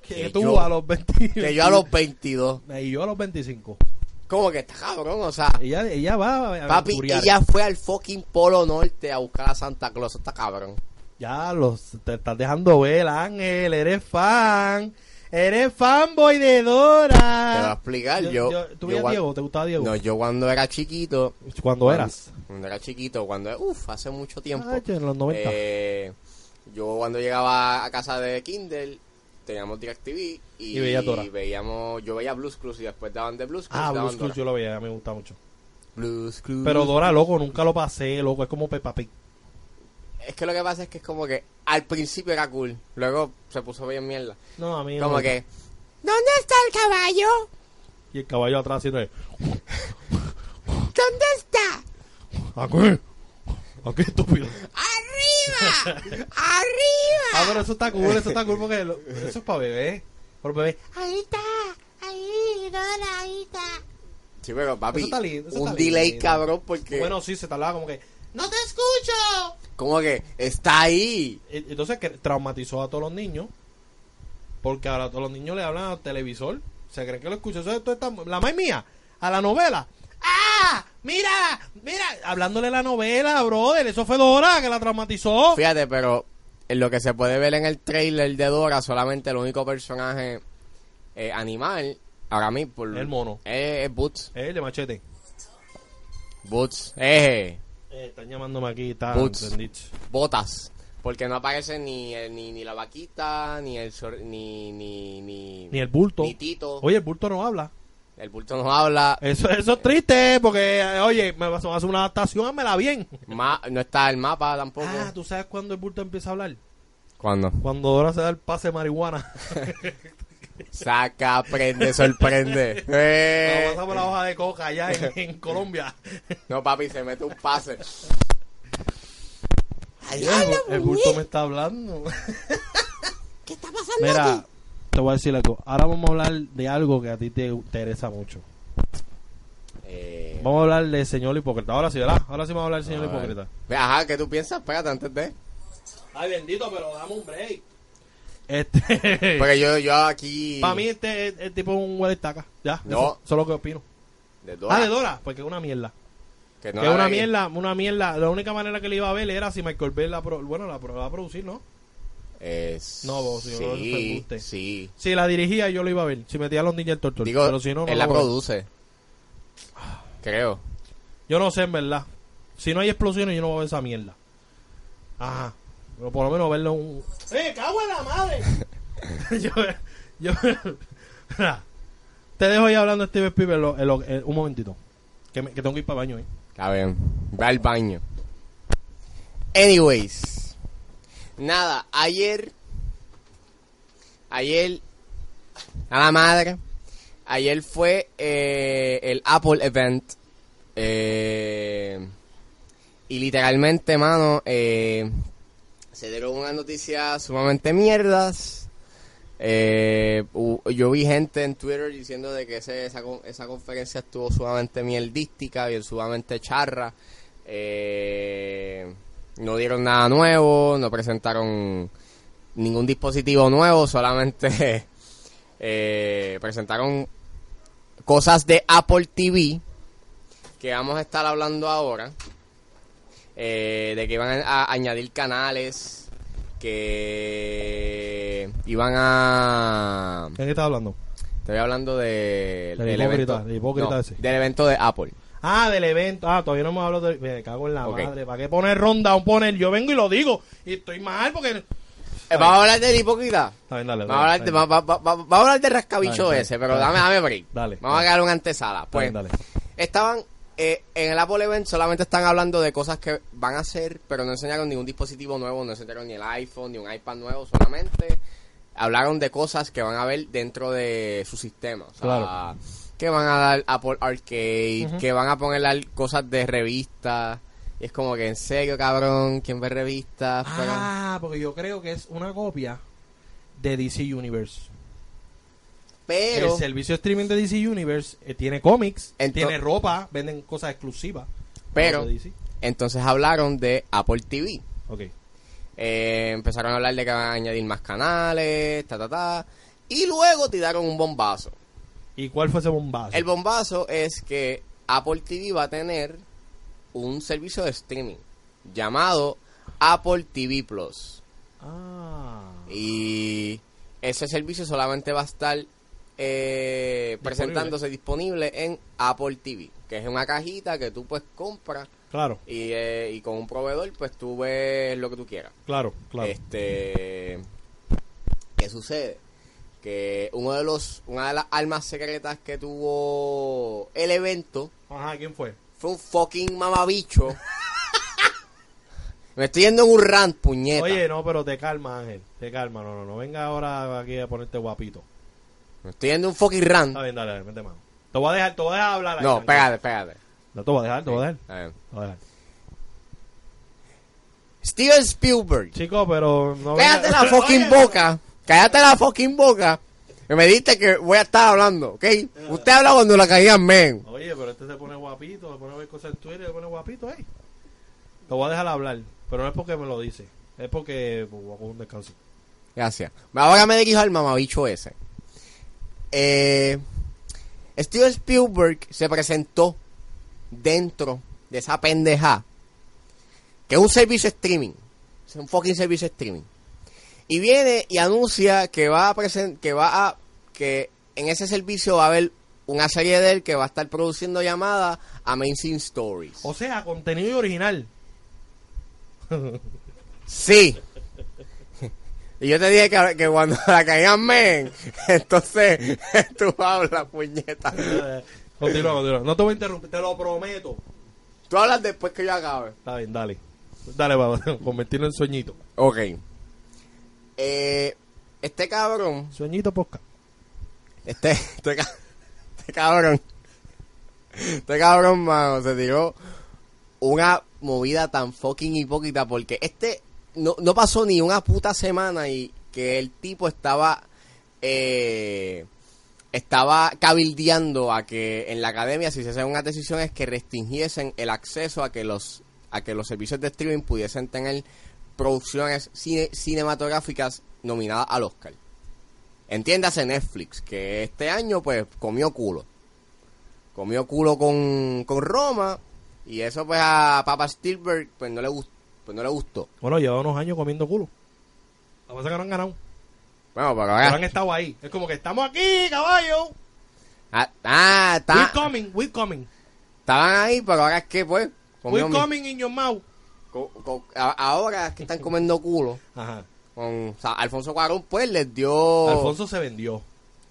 Speaker 1: Que
Speaker 2: Que
Speaker 1: tú
Speaker 2: yo-
Speaker 1: a los 20.
Speaker 2: que yo a los 22.
Speaker 1: Y yo a los 25.
Speaker 2: Como que está cabrón, o sea,
Speaker 1: Ella, ella va a
Speaker 2: papi,
Speaker 1: aventurear.
Speaker 2: ella fue al fucking Polo Norte a buscar a Santa Claus, está cabrón.
Speaker 1: Ya los te estás dejando ver, Ángel. Eres fan. Eres fanboy de Dora.
Speaker 2: Te voy a explicar, yo-
Speaker 1: Ah, ¿Tú
Speaker 2: yo
Speaker 1: veías
Speaker 2: guan-
Speaker 1: Diego? ¿Te gustaba Diego?
Speaker 2: No, yo cuando era chiquito,
Speaker 1: Cuando eras.
Speaker 2: Cuando era chiquito, cuando, uff, hace mucho tiempo.
Speaker 1: Ay, en los 90.
Speaker 2: Eh, yo cuando llegaba a casa de Kindle, teníamos DirecTV y,
Speaker 1: Y veías Dora.
Speaker 2: veíamos, yo veía Blues Clues y después daban de Blues Clues.
Speaker 1: ah,
Speaker 2: daban
Speaker 1: Blues Clues
Speaker 2: Dora.
Speaker 1: yo lo veía, me gusta mucho.
Speaker 2: Blues Clues.
Speaker 1: Pero Dora, loco, nunca lo pasé, loco. Es como Peppa Pig.
Speaker 2: Es que lo que pasa es que es como que al principio era cool, luego se puso bien mierda.
Speaker 1: No, a mí no
Speaker 2: Como
Speaker 1: me
Speaker 2: que,
Speaker 3: ¿Dónde está el caballo?
Speaker 1: Y el caballo atrás haciendo de,
Speaker 3: ¿Dónde está?
Speaker 1: ¿A qué? ¿A qué estúpido?
Speaker 3: ¡Arriba! ¡Arriba!
Speaker 1: Ah, pero eso está cool, eso está cool porque lo- eso es para bebé. Por bebé.
Speaker 3: Ahí está. Ahí, Dora, ahí está.
Speaker 2: sí, pero papi,
Speaker 1: Eso está lindo, eso
Speaker 2: un
Speaker 1: está
Speaker 2: delay
Speaker 1: lindo.
Speaker 2: cabrón porque,
Speaker 1: Bueno, sí, se tardaba como que.
Speaker 3: ¡No te escucho!
Speaker 2: como que, está ahí.
Speaker 1: e- Entonces que traumatizó a todos los niños. Porque ahora todos los niños le hablan al televisor. Se creen que lo escuchan. Eso es toda esta- la más mía, a la novela. ¡Ah! ¡Mira! ¡Mira! Hablándole la novela, brother. Eso fue Dora que la traumatizó.
Speaker 2: Fíjate, pero en lo que se puede ver en el trailer de Dora, solamente el único personaje eh, animal, ahora mismo, por-
Speaker 1: El mono.
Speaker 2: Eh, es Boots.
Speaker 1: Eh, de machete.
Speaker 2: Boots. Eh.
Speaker 1: Eh, están llamándome aquí, está
Speaker 2: Boots.
Speaker 1: bendito.
Speaker 2: botas. Porque no aparece ni, el- ni, ni la vaquita, ni el sor- ni, ni, ni,
Speaker 1: Ni el bulto.
Speaker 2: ni Tito.
Speaker 1: Oye, Eh. el bulto no habla.
Speaker 2: El bulto no habla.
Speaker 1: Eso, eso es triste, porque, eh, oye, me vas a hacer una adaptación, hámela bien.
Speaker 2: ma- no está el mapa tampoco.
Speaker 1: Ah, ¿tú sabes cuándo el bulto empieza a hablar?
Speaker 2: ¿Cuándo?
Speaker 1: Cuando Dora se da el pase de marihuana.
Speaker 2: Saca, prende, sorprende. Eh.
Speaker 1: Cuando pasa por la hoja de coca allá en, en Colombia.
Speaker 2: No, papi, se mete un pase.
Speaker 1: el bulto me está hablando.
Speaker 3: ¿Qué está pasando
Speaker 1: Mira,
Speaker 3: aquí?
Speaker 1: te voy a decir algo. Ahora vamos a hablar de algo que a ti te interesa mucho.
Speaker 2: Eh,
Speaker 1: Vamos a hablar del señor hipócrita. Ahora sí, ¿verdad? Ahora sí vamos a hablar del señor
Speaker 2: a ver.
Speaker 1: hipócrita.
Speaker 2: Ajá, ¿qué tú piensas? Espérate, antes de...
Speaker 1: Ay, bendito, pero dame un break. Este.
Speaker 2: Porque yo, yo aquí...
Speaker 1: Para mí, este, este tipo es un huele estaca. Ya.
Speaker 2: No.
Speaker 1: Eso, eso es lo que opino.
Speaker 2: De
Speaker 1: Ah, de
Speaker 2: dólar,
Speaker 1: Dora, porque es una mierda.
Speaker 2: que no
Speaker 1: que
Speaker 2: la
Speaker 1: es una
Speaker 2: ve.
Speaker 1: mierda, una mierda. La única manera que le iba a ver era si Michael Bell la, pro- bueno, la, pro- la va a producir, ¿no?
Speaker 2: Eh,
Speaker 1: No, vos, yo creo que fue
Speaker 2: sí,
Speaker 1: embuste.
Speaker 2: sí.
Speaker 1: Si la dirigía, yo lo iba a ver. Si metía a los niños el tortor.
Speaker 2: Digo,
Speaker 1: pero si no, no
Speaker 2: él
Speaker 1: lo
Speaker 2: la
Speaker 1: voy a ver. Ah.
Speaker 2: produce. Creo.
Speaker 1: Yo no sé, en verdad. Si no hay explosiones, yo no voy a ver esa mierda. Ajá. Pero por lo menos verlo un... ¡Eh, cago en la madre! yo... yo Mira, te dejo ahí hablando, Steve Spielberg, lo- en lo- en un momentito. Que, me- que tengo que ir para el baño, ¿eh?
Speaker 2: Está bien. Ve al baño. Anyways. Nada, ayer. Ayer. A la madre. Ayer fue eh, el Apple Event. Eh, y literalmente, mano, eh, se dieron unas noticias sumamente mierdas. Eh, hu- yo vi gente en Twitter diciendo de que ese- esa, con- esa conferencia estuvo sumamente mierdística, bien sumamente charra. Eh, no dieron nada nuevo, no presentaron ningún dispositivo nuevo, solamente eh, presentaron cosas de Apple TV que vamos a estar hablando ahora. eh, de que van a añadir canales que iban a
Speaker 1: ¿De qué estás hablando?
Speaker 2: Estoy hablando de,
Speaker 1: Del hipócrita, del hipócrita ese.
Speaker 2: del evento de Apple.
Speaker 1: Ah, del evento. Ah, todavía no hemos hablado del... Me cago en la
Speaker 2: Ok.
Speaker 1: madre. ¿Para qué poner ronda o poner? Yo vengo y lo digo. Y estoy mal porque...
Speaker 2: Eh, vamos a hablar del hipócrita.
Speaker 1: Está bien, dale.
Speaker 2: Vamos a hablar de, va- va- va- va- vamos a hablar del rascabicho
Speaker 1: Dale,
Speaker 2: ese,
Speaker 1: dale,
Speaker 2: pero
Speaker 1: dale.
Speaker 2: dame, dame break.
Speaker 1: Dale,
Speaker 2: vamos
Speaker 1: dale.
Speaker 2: a darle una antesala. Pues,
Speaker 1: dale.
Speaker 2: estaban eh, en el Apple Event, solamente están hablando de cosas que van a hacer, pero no enseñaron ningún dispositivo nuevo, no enseñaron ni el iPhone, ni un iPad nuevo, solamente hablaron de cosas que van a ver dentro de su sistema. O sea,
Speaker 1: Claro.
Speaker 2: que van a dar Apple Arcade, que van a poner al- cosas de revistas. Y es como que, en serio, cabrón, ¿quién ve revistas? Pero-
Speaker 1: Ah, porque yo creo que es una copia de DC Universe.
Speaker 2: pero
Speaker 1: el servicio de streaming de DC Universe eh, tiene cómics,
Speaker 2: Ento-
Speaker 1: tiene ropa, venden cosas exclusivas.
Speaker 2: Pero-
Speaker 1: de DC.
Speaker 2: entonces hablaron de Apple TV.
Speaker 1: Ok.
Speaker 2: Eh, empezaron a hablar de que van a añadir más canales, ta, ta, ta. Y luego tiraron un bombazo.
Speaker 1: ¿Y cuál fue ese bombazo?
Speaker 2: El bombazo es que Apple TV va a tener un servicio de streaming llamado Apple TV Plus.
Speaker 1: ah.
Speaker 2: Y ese servicio solamente va a estar eh, presentándose disponible en Apple TV, que es una cajita que tú pues compras
Speaker 1: Claro,
Speaker 2: y, eh, y con un proveedor pues tú ves lo que tú quieras.
Speaker 1: claro, claro.
Speaker 2: Eh. Este, ¿qué sucede? Que uno de los, una de las armas secretas que tuvo el evento
Speaker 1: Ajá, ¿quién fue?
Speaker 2: fue un fucking mamabicho. Me estoy yendo en un rant, puñeta.
Speaker 1: Oye, no, pero te calma, Ángel. Te calma, no, no, no. Venga ahora aquí a ponerte guapito.
Speaker 2: Me estoy yendo en un fucking rant.
Speaker 1: Está bien, dale, dale, mete mano. Te voy a dejar, te voy a dejar hablar. ahí,
Speaker 2: No,
Speaker 1: tranquilo.
Speaker 2: pégate, pégate.
Speaker 1: No, te voy a dejar, te voy a dejar.
Speaker 2: A ver.
Speaker 1: Te voy a dejar.
Speaker 2: Steven Spielberg.
Speaker 1: Chico, pero no.
Speaker 2: Cállate
Speaker 1: venga-
Speaker 2: la fucking
Speaker 1: Oye,
Speaker 2: boca. Cállate la fucking boca. Que Me diste que voy a estar hablando, ¿ok?
Speaker 1: Ah.
Speaker 2: Usted habla cuando la caigan, men.
Speaker 1: Oye, pero este se pone guapito, se pone a ver cosas en Twitter, se pone guapito, eh. Lo voy a dejar hablar, pero no es porque me lo dice, es porque pues, voy a coger un descanso.
Speaker 2: Gracias. Ahora me dirijo al mamabicho ese. Eh, Steven Spielberg se presentó dentro de esa pendeja. Que es un servicio streaming. Es un fucking servicio streaming. Y viene y anuncia que va a presen- que va a que en ese servicio va a haber una serie de él que va a estar produciendo llamada Amazing Stories.
Speaker 1: O sea, contenido original.
Speaker 2: Sí. Y yo te dije que, que cuando la caigan men, entonces tú hablas, puñeta.
Speaker 1: Eh, continúa, continúa. No te voy a interrumpir, te lo prometo.
Speaker 2: Tú hablas después que yo acabe.
Speaker 1: Está bien, dale. Dale, papá, convertirlo en sueñito.
Speaker 2: Ok. Eh, este cabrón,
Speaker 1: Sueñito posca.
Speaker 2: este, este, ca- este cabrón, este cabrón, mano, se tiró una movida tan fucking hipócrita porque este no, no pasó ni una puta semana y que el tipo estaba, eh, estaba cabildeando a que en la academia si se hacían unas decisiones que restringiesen el acceso a que los a que los servicios de streaming pudiesen tener producciones cine- cinematográficas nominadas al Oscar. Entiéndase Netflix, que este año pues comió culo. Comió culo con, con Roma y eso pues a Papa Spielberg pues no le gustó, pues no le gustó.
Speaker 1: Bueno, lleva unos años comiendo culo. Lo que pasa es que no han ganado.
Speaker 2: Bueno, pero
Speaker 1: Pero han
Speaker 2: ah,
Speaker 1: estado ahí. Es como que estamos aquí, caballo.
Speaker 2: ah, ah, está-
Speaker 1: We're coming, we're coming.
Speaker 2: estaban ahí, pero ahora es que pues comió
Speaker 1: We're
Speaker 2: mi-
Speaker 1: coming in your mouth.
Speaker 2: co- co- a- ahora es que están comiendo culo
Speaker 1: Ajá.
Speaker 2: con o sea, Alfonso Cuarón pues les dio
Speaker 1: Alfonso se vendió.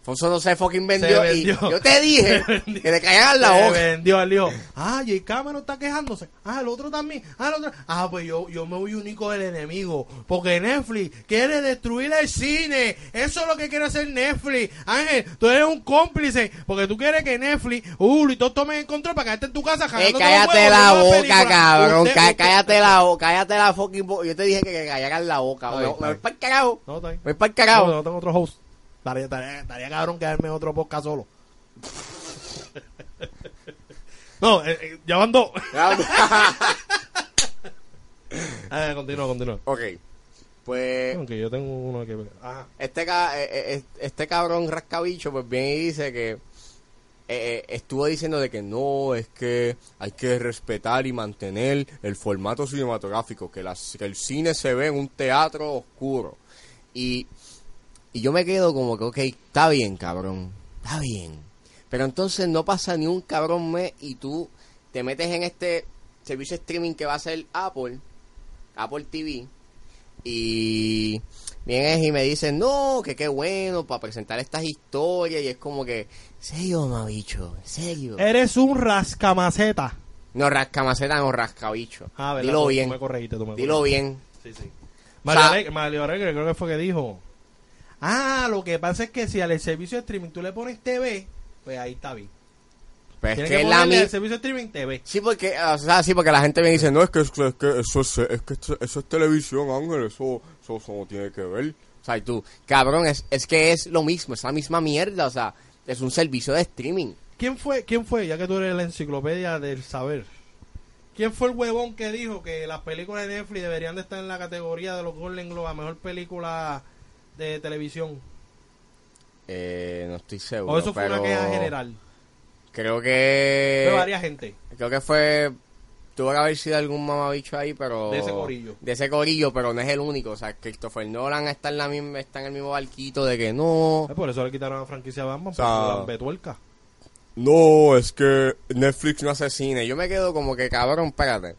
Speaker 2: Alfonso no se fucking vendió,
Speaker 1: Se
Speaker 2: y
Speaker 1: vendió.
Speaker 2: yo te dije
Speaker 1: Se vendió.
Speaker 2: que te callaran la
Speaker 1: Se
Speaker 2: boca.
Speaker 1: vendió, él dijo, ah, Jay Cameron está quejándose. Ah, el otro también. Ah, el otro. Ah, pues yo, yo me voy único del enemigo. Porque Netflix quiere destruir el cine. Eso es lo que quiere hacer Netflix. Ángel, tú eres un cómplice. Porque tú quieres que Netflix, uh, y todos tomen el control para quedarte en tu casa.
Speaker 2: Eh,
Speaker 1: cagándote los
Speaker 2: cállate
Speaker 1: huevos,
Speaker 2: la
Speaker 1: viendo
Speaker 2: boca,
Speaker 1: película.
Speaker 2: cabrón.
Speaker 1: Usted-
Speaker 2: Cá-
Speaker 1: usted-
Speaker 2: cállate la boca, cállate la fucking boca. Yo te dije que, que callaran la boca.
Speaker 1: Está
Speaker 2: Me,
Speaker 1: bien,
Speaker 2: me
Speaker 1: está
Speaker 2: voy
Speaker 1: bien.
Speaker 2: para el cagado.
Speaker 1: No, está bien.
Speaker 2: Me voy para el
Speaker 1: No,
Speaker 2: cagado.
Speaker 1: no tengo otro host. Estaría, estaría- estaría cabrón quedarme en otro podcast solo. no, eh, eh, ya van dos. Eh, continúa, continúa.
Speaker 2: ok. Pues
Speaker 1: Aunque yo tengo uno que. Ah. Ajá.
Speaker 2: este, ca- eh, eh, este cabrón rascabicho, pues viene y dice que eh, eh, estuvo diciendo de que no, es que hay que respetar y mantener el formato cinematográfico, que, las- que el cine se ve en un teatro oscuro. Y, y yo me quedo como que, ok, está bien, cabrón, está bien. Pero entonces no pasa ni un cabrón mes y tú te metes en este servicio de streaming que va a ser Apple, Apple TV, y vienes y me dicen, no, que qué bueno para presentar estas historias. Y es como que, ¿en serio, mamabicho? ¿En serio?
Speaker 1: Eres un rascamaceta.
Speaker 2: No, rascamaceta, no, rascabicho. Dilo
Speaker 1: Ah, tú-
Speaker 2: bien.
Speaker 1: Tú me corregiste, tú me
Speaker 2: Dilo bien.
Speaker 1: corregiste. Sí, sí. Mario
Speaker 2: O sea-
Speaker 1: Alegre, Mario Alegre creo que fue que dijo. Ah, lo que pasa es que si al servicio de streaming tú le pones TV, pues ahí está bien.
Speaker 2: Pero Pues es
Speaker 1: Tienes que
Speaker 2: que, es la
Speaker 1: ponerle al
Speaker 2: misma.
Speaker 1: servicio de streaming TV.
Speaker 2: Sí, porque, o sea, sí, porque la gente me dice, no, es que, es que- es que eso, es, es que esto- eso es televisión, Ángel, eso, eso, eso no tiene que ver. O sea, y tú, cabrón, es, es que es lo mismo, es la misma mierda, o sea, es un servicio de streaming.
Speaker 1: ¿Quién fue, ¿Quién fue, ya que tú eres la enciclopedia del saber? ¿Quién fue el huevón que dijo que las películas de Netflix deberían de estar en la categoría de los Golden Globe a mejor película de televisión?
Speaker 2: Eh, no estoy seguro.
Speaker 1: o eso fue una
Speaker 2: pero eh,
Speaker 1: queja general
Speaker 2: Creo
Speaker 1: de
Speaker 2: que.
Speaker 1: varias gente.
Speaker 2: Creo que fue. Tuvo que haber sido algún mamabicho ahí, pero.
Speaker 1: De ese corillo.
Speaker 2: De ese corillo, pero no es el único. O sea, Christopher Nolan está en, la misma, está en el mismo barquito de que no.
Speaker 1: Ay, por eso le quitaron la franquicia a Batman,
Speaker 2: sea,
Speaker 1: porque la betuerca.
Speaker 2: No, es que Netflix no hace cine. Yo me quedo como que, cabrón, espérate.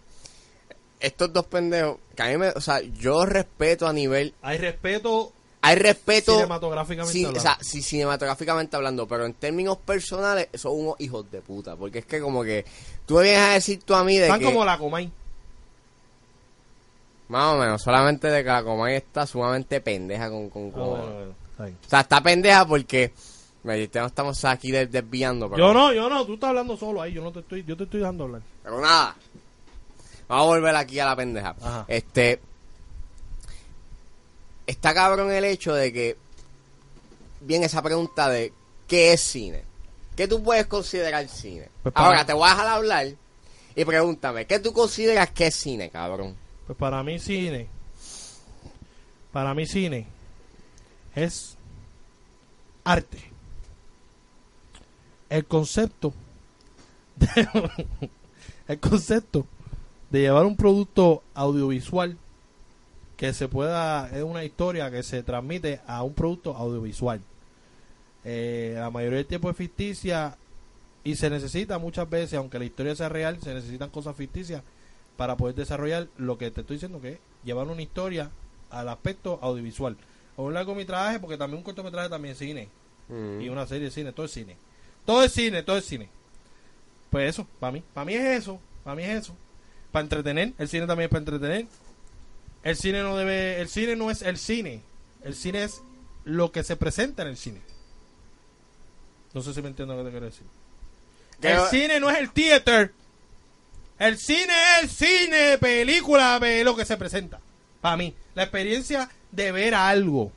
Speaker 2: Estos dos pendejos, que a mí me, o sea, yo respeto a nivel,
Speaker 1: Hay respeto
Speaker 2: hay respeto,
Speaker 1: cinematográficamente
Speaker 2: sí, o
Speaker 1: hablando.
Speaker 2: sea, sí, cinematográficamente hablando, pero en términos personales, son unos hijos de puta, porque es que como que, tú me vienes a decir tú a mí de
Speaker 1: Están
Speaker 2: que,
Speaker 1: como la Comay.
Speaker 2: más o menos, solamente de que la Comay está sumamente pendeja con, con,
Speaker 1: Ah,
Speaker 2: con-
Speaker 1: bueno, bueno, está bien.
Speaker 2: o sea, está pendeja porque, mira, ya estamos aquí des- desviando, pero...
Speaker 1: Yo no, yo no, tú estás hablando solo ahí, yo no te estoy, yo te estoy dejando hablar.
Speaker 2: Pero nada. Vamos a volver aquí a la pendeja.
Speaker 1: Ajá.
Speaker 2: Este. Está cabrón el hecho de que. Bien, esa pregunta de. ¿Qué es cine? ¿Qué tú puedes considerar cine?
Speaker 1: Pues para-
Speaker 2: Ahora te voy a dejar hablar y pregúntame, ¿qué tú consideras que es cine, cabrón?
Speaker 1: Pues para mí cine, para mí cine es arte. El concepto, de- el concepto de llevar un producto audiovisual que se pueda, es una historia que se transmite a un producto audiovisual. Eh, la mayoría del tiempo es ficticia Y se necesita muchas veces, aunque la historia sea real, se necesitan cosas ficticias para poder desarrollar lo que te estoy diciendo, que es llevar una historia al aspecto audiovisual. O un largometraje, porque también un cortometraje también es cine. Y una serie de cine, todo es cine. Todo es cine, todo es cine. Pues eso, para mí. Para mí es eso. Para mí es eso. Para entretener. El cine también es para entretener. El cine no debe. El cine no es el cine. El cine es lo que se presenta en el cine. No sé si me entiendo lo que te quiero decir.
Speaker 2: Que-
Speaker 1: El cine no es el theater. El cine es el cine, película, ve lo que se presenta. Para mí, la experiencia de ver algo.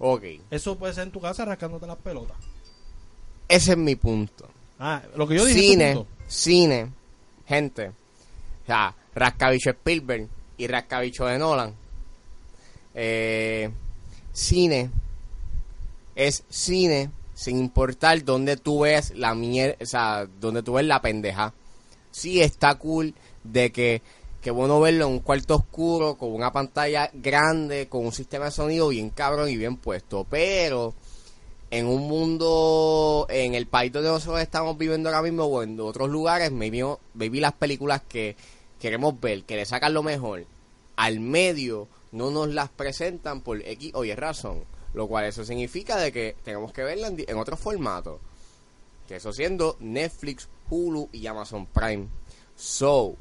Speaker 2: Ok.
Speaker 1: Eso puede ser en tu casa rascándote las pelotas.
Speaker 2: Ese es mi punto.
Speaker 1: Ah, lo que yo dije.
Speaker 2: cine,
Speaker 1: es tu punto.
Speaker 2: cine, gente. O sea, Rascabicho Spielberg y Rascabicho de Nolan. Eh, cine es cine sin importar dónde tú ves la mierda, o sea, dónde tú ves la pendeja. Sí está cool de que que bueno verlo en un cuarto oscuro con una pantalla grande, con un sistema de sonido bien cabrón y bien puesto, pero en un mundo, en el país donde nosotros estamos viviendo ahora mismo o en otros lugares, me vio, me vi las películas que queremos ver, que le sacan lo mejor, al medio no nos las presentan por X o Y razón. Lo cual eso significa de que tenemos que verla en, di- en otro formato. Que eso siendo Netflix, Hulu y Amazon Prime. So,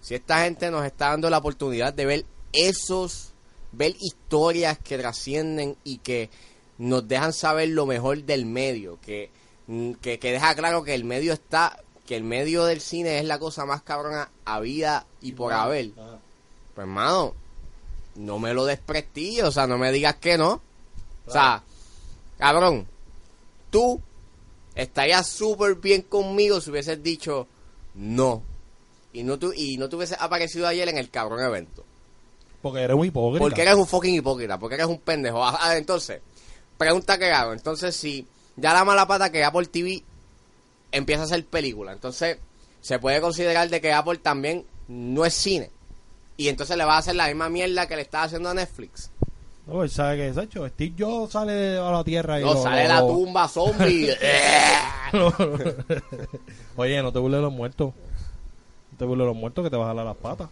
Speaker 2: si esta gente nos está dando la oportunidad de ver esos, ver historias que trascienden y que nos dejan saber lo mejor del medio, que, mm, que, que deja claro que el medio está, que el medio del cine es la cosa más cabrona habida y por haber.
Speaker 1: Ah.
Speaker 2: Pues, hermano, no me lo desprestigies, o sea, no me digas que no. O sea, cabrón, tú estarías súper bien conmigo si hubieses dicho no. Y no, tu, y no te hubieses aparecido ayer en el cabrón evento.
Speaker 1: Porque eres muy hipócrita.
Speaker 2: Porque eres un fucking hipócrita, porque eres un pendejo. Ah, ah, entonces, pregunta que hago. Entonces, si ya la mala pata que Apple TV empieza a hacer película, entonces se puede considerar de que Apple también no es cine. Y entonces le va a hacer la misma mierda que le está haciendo a Netflix.
Speaker 1: No, él sabe que es hecho. Steve Jobs sale a la tierra y
Speaker 2: No,
Speaker 1: lo-
Speaker 2: sale
Speaker 1: lo-
Speaker 2: la
Speaker 1: lo-
Speaker 2: tumba zombie.
Speaker 1: Oye, no te burles de los muertos. No te burles de los muertos que te vas a jalar las patas.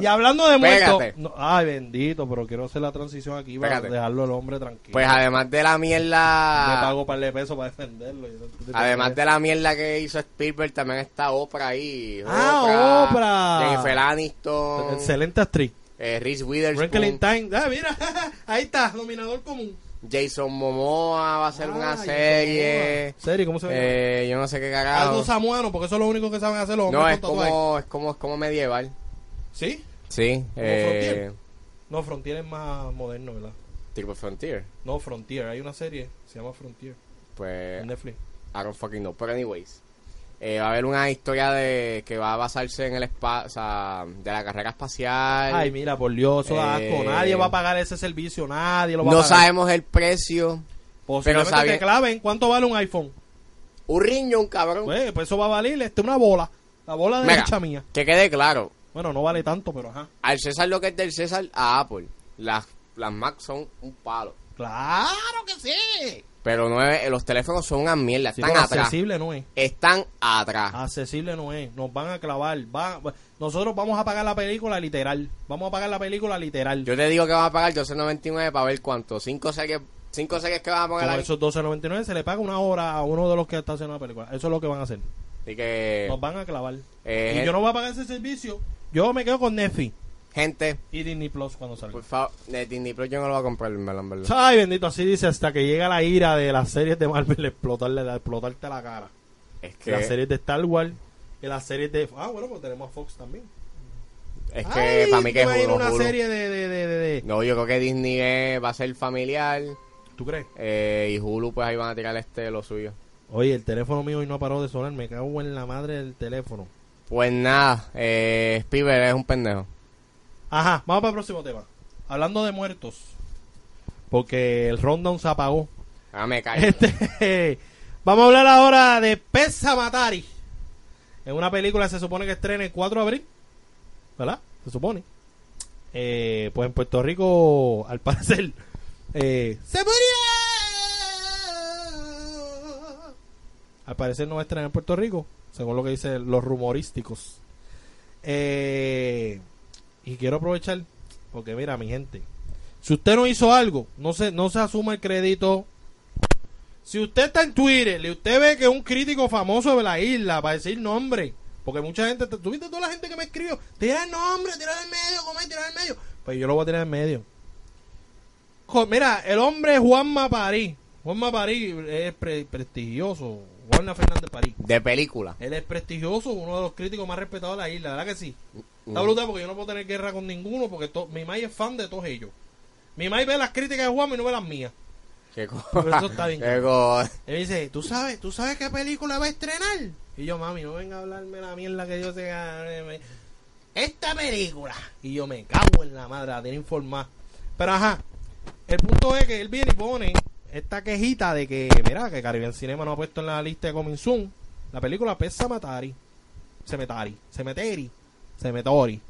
Speaker 1: Y hablando de muertos.
Speaker 2: Pégate.
Speaker 1: no- ay, bendito, pero quiero hacer la transición aquí para
Speaker 2: Pégate.
Speaker 1: dejarlo al hombre tranquilo.
Speaker 2: pues además de la
Speaker 1: Le
Speaker 2: mierda...
Speaker 1: pago un par de pesos para defenderlo. Yo no-
Speaker 2: Ah. Además de la mierda que hizo Spielberg, también está Oprah ahí.
Speaker 1: Ah, Oprah.
Speaker 2: Jennifer Aniston.
Speaker 1: Excelente actriz.
Speaker 2: eh, Reese
Speaker 1: Franklin
Speaker 2: Witherspoon.
Speaker 1: Time. Ah, mira. Ahí está, dominador común.
Speaker 2: Jason Momoa va a hacer una
Speaker 1: Ah,
Speaker 2: serie.
Speaker 1: ¿Serie? ¿Cómo se llama?
Speaker 2: Eh, yo no sé
Speaker 1: Algo
Speaker 2: qué cagado.
Speaker 1: samuano, porque eso es lo único que saben hacer los hombres
Speaker 2: No, es
Speaker 1: con tatuajes.
Speaker 2: como, es como, es como medieval.
Speaker 1: ¿Sí?
Speaker 2: Sí, eh,
Speaker 1: No, Frontier es más moderno, ¿verdad?
Speaker 2: tipo Frontier.
Speaker 1: No, Frontier. Hay una serie, se llama Frontier,
Speaker 2: Pues,
Speaker 1: en Netflix.
Speaker 2: I don't fucking know. Pero anyways, eh, va a haber una historia de que va a basarse en el espacio, o sea, de la carrera espacial.
Speaker 1: Ay, mira, por Dios, eso da
Speaker 2: Eh,
Speaker 1: asco. Nadie va a pagar ese servicio, nadie lo va
Speaker 2: no
Speaker 1: a pagar.
Speaker 2: sabemos el precio.
Speaker 1: Posiblemente
Speaker 2: pero sabe-
Speaker 1: te claven. ¿Cuánto vale un iPhone?
Speaker 2: Un riñón, cabrón.
Speaker 1: Pues, pues eso va a valer este, una bola. La bola de
Speaker 2: Mira,
Speaker 1: derecha mía.
Speaker 2: que quede claro,
Speaker 1: Bueno, no vale tanto, pero ajá.
Speaker 2: al César lo que es del César a Apple, las, las Mac son un palo.
Speaker 1: ¡Claro que sí!
Speaker 2: Pero no es- los teléfonos son una mierda,
Speaker 1: Sí,
Speaker 2: están
Speaker 1: pero
Speaker 2: atrás.
Speaker 1: accesible Ah. no es.
Speaker 2: Están atrás.
Speaker 1: Accesible no es. Nos van a clavar. Va... Nosotros vamos a pagar la película literal. Vamos a pagar la película literal.
Speaker 2: Yo te digo que vas a pagar 12.99 para ver cuánto. Cinco series, cinco series que vas a
Speaker 1: Con
Speaker 2: poner ahí.
Speaker 1: esos 12.99 se le paga una hora a uno de los que está haciendo la película. Eso es lo que van a hacer.
Speaker 2: Así que,
Speaker 1: Nos van a clavar.
Speaker 2: eh,
Speaker 1: Y yo no voy a pagar ese servicio. Yo me quedo con Netflix
Speaker 2: gente,
Speaker 1: y Disney Plus cuando salga.
Speaker 2: por favor, de Disney Plus yo no lo voy a comprar, en verdad, en verdad.
Speaker 1: Ay, bendito, así dice hasta que llega la ira de las series de Marvel explotarle, la- explotarte la cara.
Speaker 2: Es
Speaker 1: De Las
Speaker 2: que,
Speaker 1: series de Star Wars, de las series de... Ah, bueno, pues tenemos a Fox también.
Speaker 2: es que para mí que es
Speaker 1: es
Speaker 2: Hulu,
Speaker 1: una
Speaker 2: Hulu.
Speaker 1: serie de, de, de, de- de-
Speaker 2: No, yo creo que Disney eh, va a ser familiar
Speaker 1: ¿Tú crees?
Speaker 2: eh, y Hulu pues ahí van a tirar este lo suyo.
Speaker 1: Oye, el teléfono mío hoy no ha parado de sonar. Me cago en la madre del teléfono.
Speaker 2: Pues nada, eh, Spielberg es un pendejo.
Speaker 1: Ajá, vamos para el próximo tema. Hablando de muertos. Porque el rundown se apagó.
Speaker 2: Ah, me callo.
Speaker 1: Este, vamos a hablar ahora de Pesa Matari. Es una película que se supone que estrena el 4 de abril. ¿Verdad? Se supone. Eh, pues en Puerto Rico, al parecer, eh, se murió. Al parecer no va a estrenar en Puerto Rico, según lo que dicen los rumorísticos. Eh, y quiero aprovechar, porque mira, mi gente, si usted no hizo algo, no se, no se asuma el crédito. Si usted está en Twitter y usted ve que un crítico famoso de la isla, para decir nombre, porque mucha gente, ¿tú viste toda la gente que me escribió? Tira el nombre, tira el medio, come, tira el medio. Pues yo lo voy a tirar en medio. Jo- Mira, el hombre Juanma París. Juanma París es pre- prestigioso. Juanma Fernández París.
Speaker 2: De película.
Speaker 1: Él es prestigioso, uno de los críticos más respetados de la isla, ¿verdad que sí? Está brutal porque yo no puedo tener guerra con ninguno porque to- mi May es fan de todos ellos. Mi May ve las críticas de Juanma y no ve las mías.
Speaker 2: Qué co-
Speaker 1: Pero eso está bien.
Speaker 2: Qué co-
Speaker 1: Él dice, ¿tú sabes, ¿tú sabes qué película va a estrenar? Y yo, mami, no venga a hablarme la mierda que yo sé. eh, me- Esta película. Y yo me cago en la madre, la tiene informar. Pero ajá, el punto es que él viene y pone esta quejita de que, mira, que Caribbean Cinema no ha puesto en la lista de Coming Soon la película Pesa Matari. Cemetari, Cemeteri, Cemetori.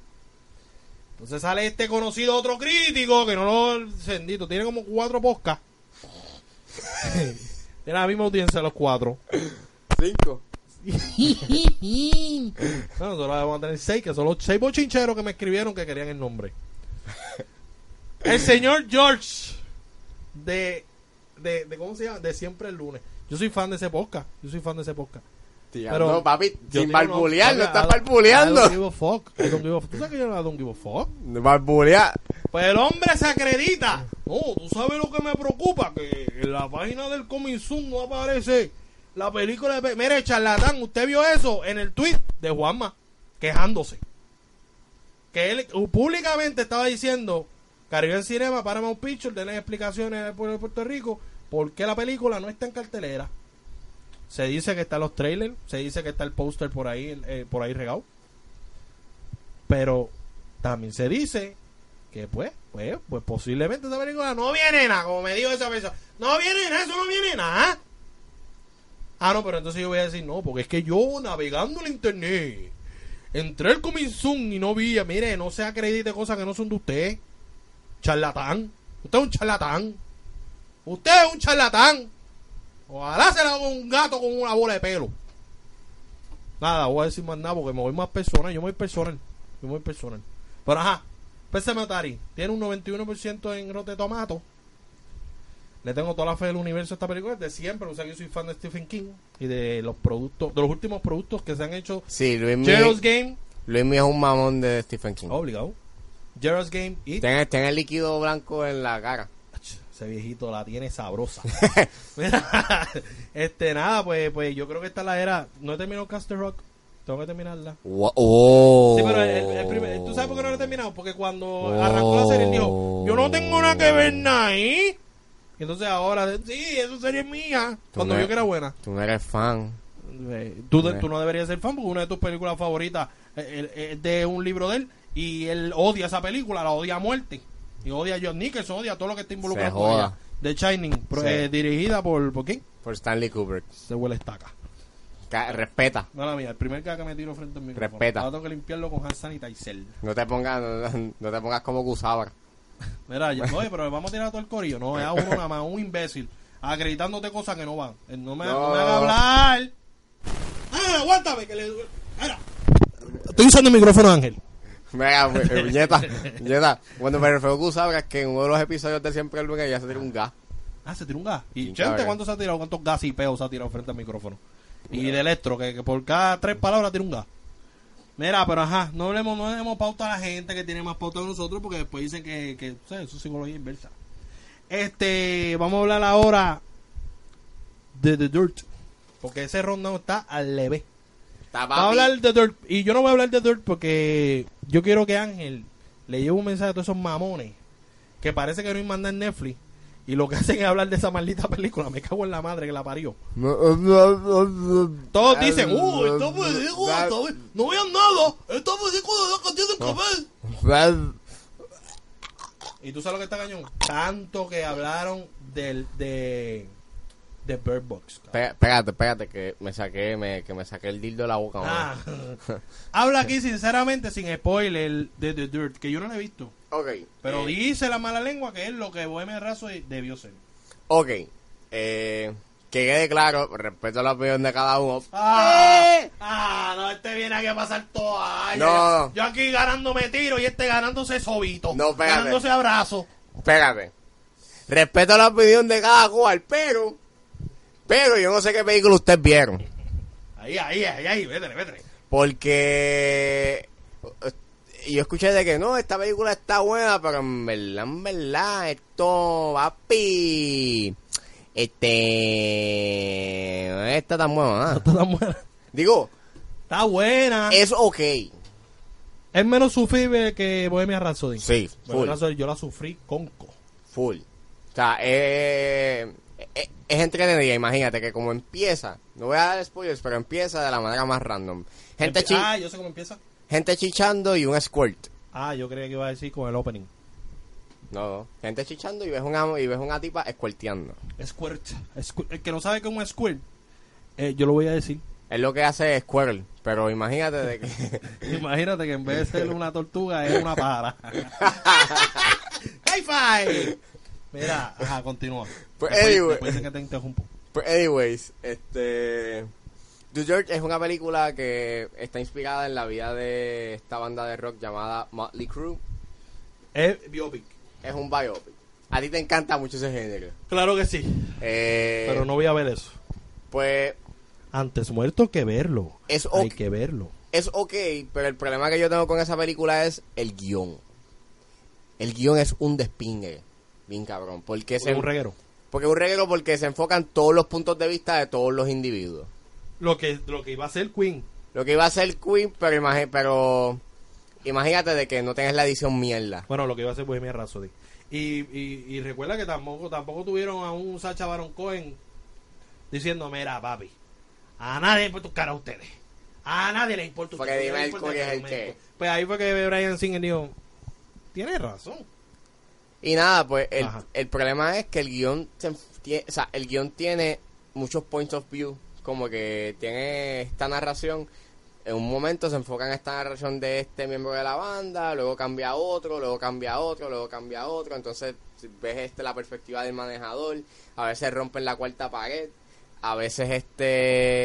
Speaker 1: Entonces sale este conocido otro crítico que no lo bendito, tiene como cuatro poscas. tiene la misma audiencia los cuatro.
Speaker 2: Cinco.
Speaker 1: Bueno, nosotros vamos a tener seis, que son los seis bochincheros que me escribieron que querían el nombre. El señor George de, de, de ¿cómo se llama? De siempre el lunes. Yo soy fan de ese podcast. Yo soy fan de ese podcast.
Speaker 2: Tía,
Speaker 1: Pero-
Speaker 2: no, papi,
Speaker 1: Yo digo,
Speaker 2: sin
Speaker 1: no,
Speaker 2: barbulear, no
Speaker 1: papi,
Speaker 2: estás
Speaker 1: I don't- I don't
Speaker 2: barbuleando.
Speaker 1: give a fuck. I don't give a fuck. ¿Tú sabes que yo no I don't give a fuck?
Speaker 2: Barbulear.
Speaker 1: Pues el hombre se acredita. No, tú sabes lo que me preocupa, que en la página del Coming Soon no aparece la película de... Pe- Mire, charlatán, usted vio eso en el tweet de Juanma, quejándose. Que él uh, públicamente estaba diciendo, Caribbean Cinema, Paramount Pictures, denle explicaciones al pueblo de Puerto Rico por qué la película no está en cartelera. Se dice que están los trailers, se dice que está el póster por ahí, eh, por ahí regado. Pero también se dice que pues, pues, pues posiblemente esa película no viene nada, como me dijo esa persona. No viene nada, eso no viene nada. Ah, no, pero entonces yo voy a decir no, porque es que yo navegando en la internet, entré al Coming Soon y no vi, mire, no se acredite cosas que no son de usted. Charlatán. Usted es un charlatán. Usted es un charlatán. Ojalá se la haga un gato con una bola de pelo. Nada, voy a decir más nada porque me voy más personal. Yo me voy personal. Yo me voy personal. Pero ajá, PC Matari tiene un 91% en Rote Tomato. Le tengo toda la fe del universo a esta película desde siempre. O sea que yo soy fan de Stephen King y de los productos, de los últimos productos que se han hecho.
Speaker 2: Sí, Luis Mí,
Speaker 1: Gerald's Game, Oh,
Speaker 2: Luis Mí es un mamón de Stephen King.
Speaker 1: obligado. Gerald's Game y
Speaker 2: Ten, ten el líquido blanco en la cara.
Speaker 1: Ach, Ese viejito la tiene sabrosa. Mira, este, nada, pues, pues yo creo que esta es la era. No he terminado Castle Rock. Tengo que terminarla.
Speaker 2: Wo- Oh.
Speaker 1: Sí, pero el, el primer- ¿tú sabes por qué no lo he terminado? Porque cuando arrancó la serie, él dijo:
Speaker 2: Oh.
Speaker 1: Yo no tengo nada que ver nada ahí. Y entonces ahora, de- sí, esa serie es mía. Cuando
Speaker 2: no-
Speaker 1: vio que era buena.
Speaker 2: Tú no eres fan.
Speaker 1: Eh, Tú, de-
Speaker 2: Eh.
Speaker 1: tú no deberías ser fan porque una de tus películas favoritas eh, eh, es de un libro de él. Y él odia esa película, la odia a muerte. Y odia a John Nicholson, odia a todo lo que está involucrado
Speaker 2: Se
Speaker 1: con
Speaker 2: joda.
Speaker 1: ella. The Shining, pro-
Speaker 2: Sí.
Speaker 1: eh, dirigida por, ¿por quién?
Speaker 2: Por Stanley Kubrick.
Speaker 1: Se huele estaca.
Speaker 2: Ca- Respeta.
Speaker 1: Mala mía, el primer caca que me tiro frente al micrófono.
Speaker 2: Respeta.
Speaker 1: Ahora tengo que limpiarlo con hand sanitizer.
Speaker 2: No te pongas, no, no te pongas como Gusabra.
Speaker 1: Mira, ya- oye, pero vamos a tirar a todo el corillo. No, es a uno nada más, un imbécil. Acreditándote cosas que no van. Eh, No me, no.
Speaker 2: No.
Speaker 1: me haga hablar. Ah, aguántame, que le... Mira. Estoy usando el micrófono, Ángel.
Speaker 2: Mira, pu- eh, puñeta, puñeta. Cuando me refiero a Gusabra, es que en uno de los episodios de Siempre el Lunes ya se tiró un gas.
Speaker 1: Ah, se tiró un gas.
Speaker 2: Sí,
Speaker 1: ¿Y
Speaker 2: cabrón.
Speaker 1: Chente cuánto se ha tirado? ¿Cuántos gas y peos se ha tirado frente al micrófono? Y de electro, que, que por cada tres palabras tira un gas. Mira, pero ajá, no le no le demos pauta a la gente que tiene más pauta que nosotros porque después dicen que, que tú sabes, eso es psicología inversa. Este, vamos a hablar ahora de The Dirt. Porque ese rondón está al leve.
Speaker 2: Está
Speaker 1: Va a
Speaker 2: papi.
Speaker 1: hablar de Dirt. Y yo no voy a hablar de Dirt porque yo quiero que Ángel le lleve un mensaje a todos esos mamones que parece que no hay manda en Netflix. Y lo que hacen es hablar de esa maldita película. Me cago en la madre que la parió. Todos dicen, uh, esta película, esta pe- no vean nada. Esta película es la que tienen que ver. Y tú sabes lo que está cañón. Tanto que hablaron del, de, de Bird Box. cabrón.
Speaker 2: Pe- Espérate, espérate, que me saqué, me, que me saqué el dildo de la boca.
Speaker 1: Ah. Habla aquí sinceramente, sin spoiler, de The Dirt, que yo no la he visto.
Speaker 2: Ok. Eh,
Speaker 1: Pero dice la mala lengua que es lo que Bohemian Razo debió ser.
Speaker 2: Ok. Eh, Que quede claro, respeto la opinión de cada uno.
Speaker 1: Ah, ah, no, este viene aquí a pasar toalla.
Speaker 2: Eh. No.
Speaker 1: Yo aquí ganándome tiro y este ganándose sobito.
Speaker 2: No, espérate.
Speaker 1: Ganándose abrazo.
Speaker 2: Espérate. Respeto la opinión de cada cual, pero. Pero yo no sé qué vehículo ustedes vieron.
Speaker 1: Ahí, ahí, ahí, ahí, vétele, vétele.
Speaker 2: Porque eh, yo escuché de que no, esta película está buena, pero en verdad, en verdad, esto, papi, este, no está tan buena. ¿ah?
Speaker 1: Está tan buena.
Speaker 2: Digo,
Speaker 1: Está buena. Es,
Speaker 2: es ok.
Speaker 1: menos sufrible que Bohemia Rhapsody.
Speaker 2: Sí,
Speaker 1: Bohemian
Speaker 2: full,
Speaker 1: Rhapsody yo la sufrí conco.
Speaker 2: full. O sea, eh, eh, es entretenida, imagínate que como empieza, no voy a dar spoilers, pero empieza de la manera más random. Gente, chi-
Speaker 1: Ah, yo sé cómo empieza.
Speaker 2: gente chichando y un squirt.
Speaker 1: Ah, yo creía que iba a decir con el opening.
Speaker 2: No, no. Gente chichando y ves una, y ves una tipa squirteando.
Speaker 1: Squirt. Squirt. El que no sabe qué es un squirt, eh, yo lo voy a decir.
Speaker 2: Es lo que hace Squirrel, pero imagínate de que...
Speaker 1: Imagínate que en vez de ser una tortuga es una pájara. ¡High five! Mira, ajá, continúa.
Speaker 2: Pues,
Speaker 1: Después-
Speaker 2: anyway.
Speaker 1: después dicen que te interrumpo.
Speaker 2: Pero anyways, este... The George es una película que está inspirada en la vida de esta banda de rock llamada Motley Crue.
Speaker 1: Es biopic.
Speaker 2: Es un biopic. A ti te encanta mucho ese género.
Speaker 1: Claro que sí.
Speaker 2: Eh,
Speaker 1: Pero no voy a ver eso.
Speaker 2: Pues
Speaker 1: Antes muerto que verlo.
Speaker 2: Es
Speaker 1: Hay
Speaker 2: ok.
Speaker 1: que verlo.
Speaker 2: es ok, pero el problema que yo tengo con esa película es el guión. El guión es un despingue. Bien cabrón. Porque
Speaker 1: Es
Speaker 2: se,
Speaker 1: un reguero.
Speaker 2: porque es un reguero porque se enfocan todos los puntos de vista de todos los individuos.
Speaker 1: Lo que, lo que iba a ser Queen.
Speaker 2: Lo que iba a ser Queen, pero, imagi- pero imagínate de que no tengas la edición mierda.
Speaker 1: Bueno, lo que iba a ser Bohemia Rhapsody. Y, y, y recuerda que tampoco tampoco tuvieron a un Sacha Baron Cohen diciendo, mira, papi, a nadie le importa tu cara a ustedes. A nadie le importa
Speaker 2: Porque
Speaker 1: ustedes, a nadie le
Speaker 2: Mercury
Speaker 1: importa
Speaker 2: es el
Speaker 1: argumento".
Speaker 2: que-
Speaker 1: Pues ahí fue que Brian Singer dijo, tienes razón.
Speaker 2: Y nada, pues el,
Speaker 1: Ajá.
Speaker 2: el problema es que el guión, se enf- tie- o sea, el guión tiene muchos points of view, como que tiene esta narración. En un momento se enfoca en esta narración de este miembro de la banda, luego cambia a otro, luego cambia a otro, luego cambia a otro. Entonces si ves este, la perspectiva del manejador, a veces rompen la cuarta pared, a veces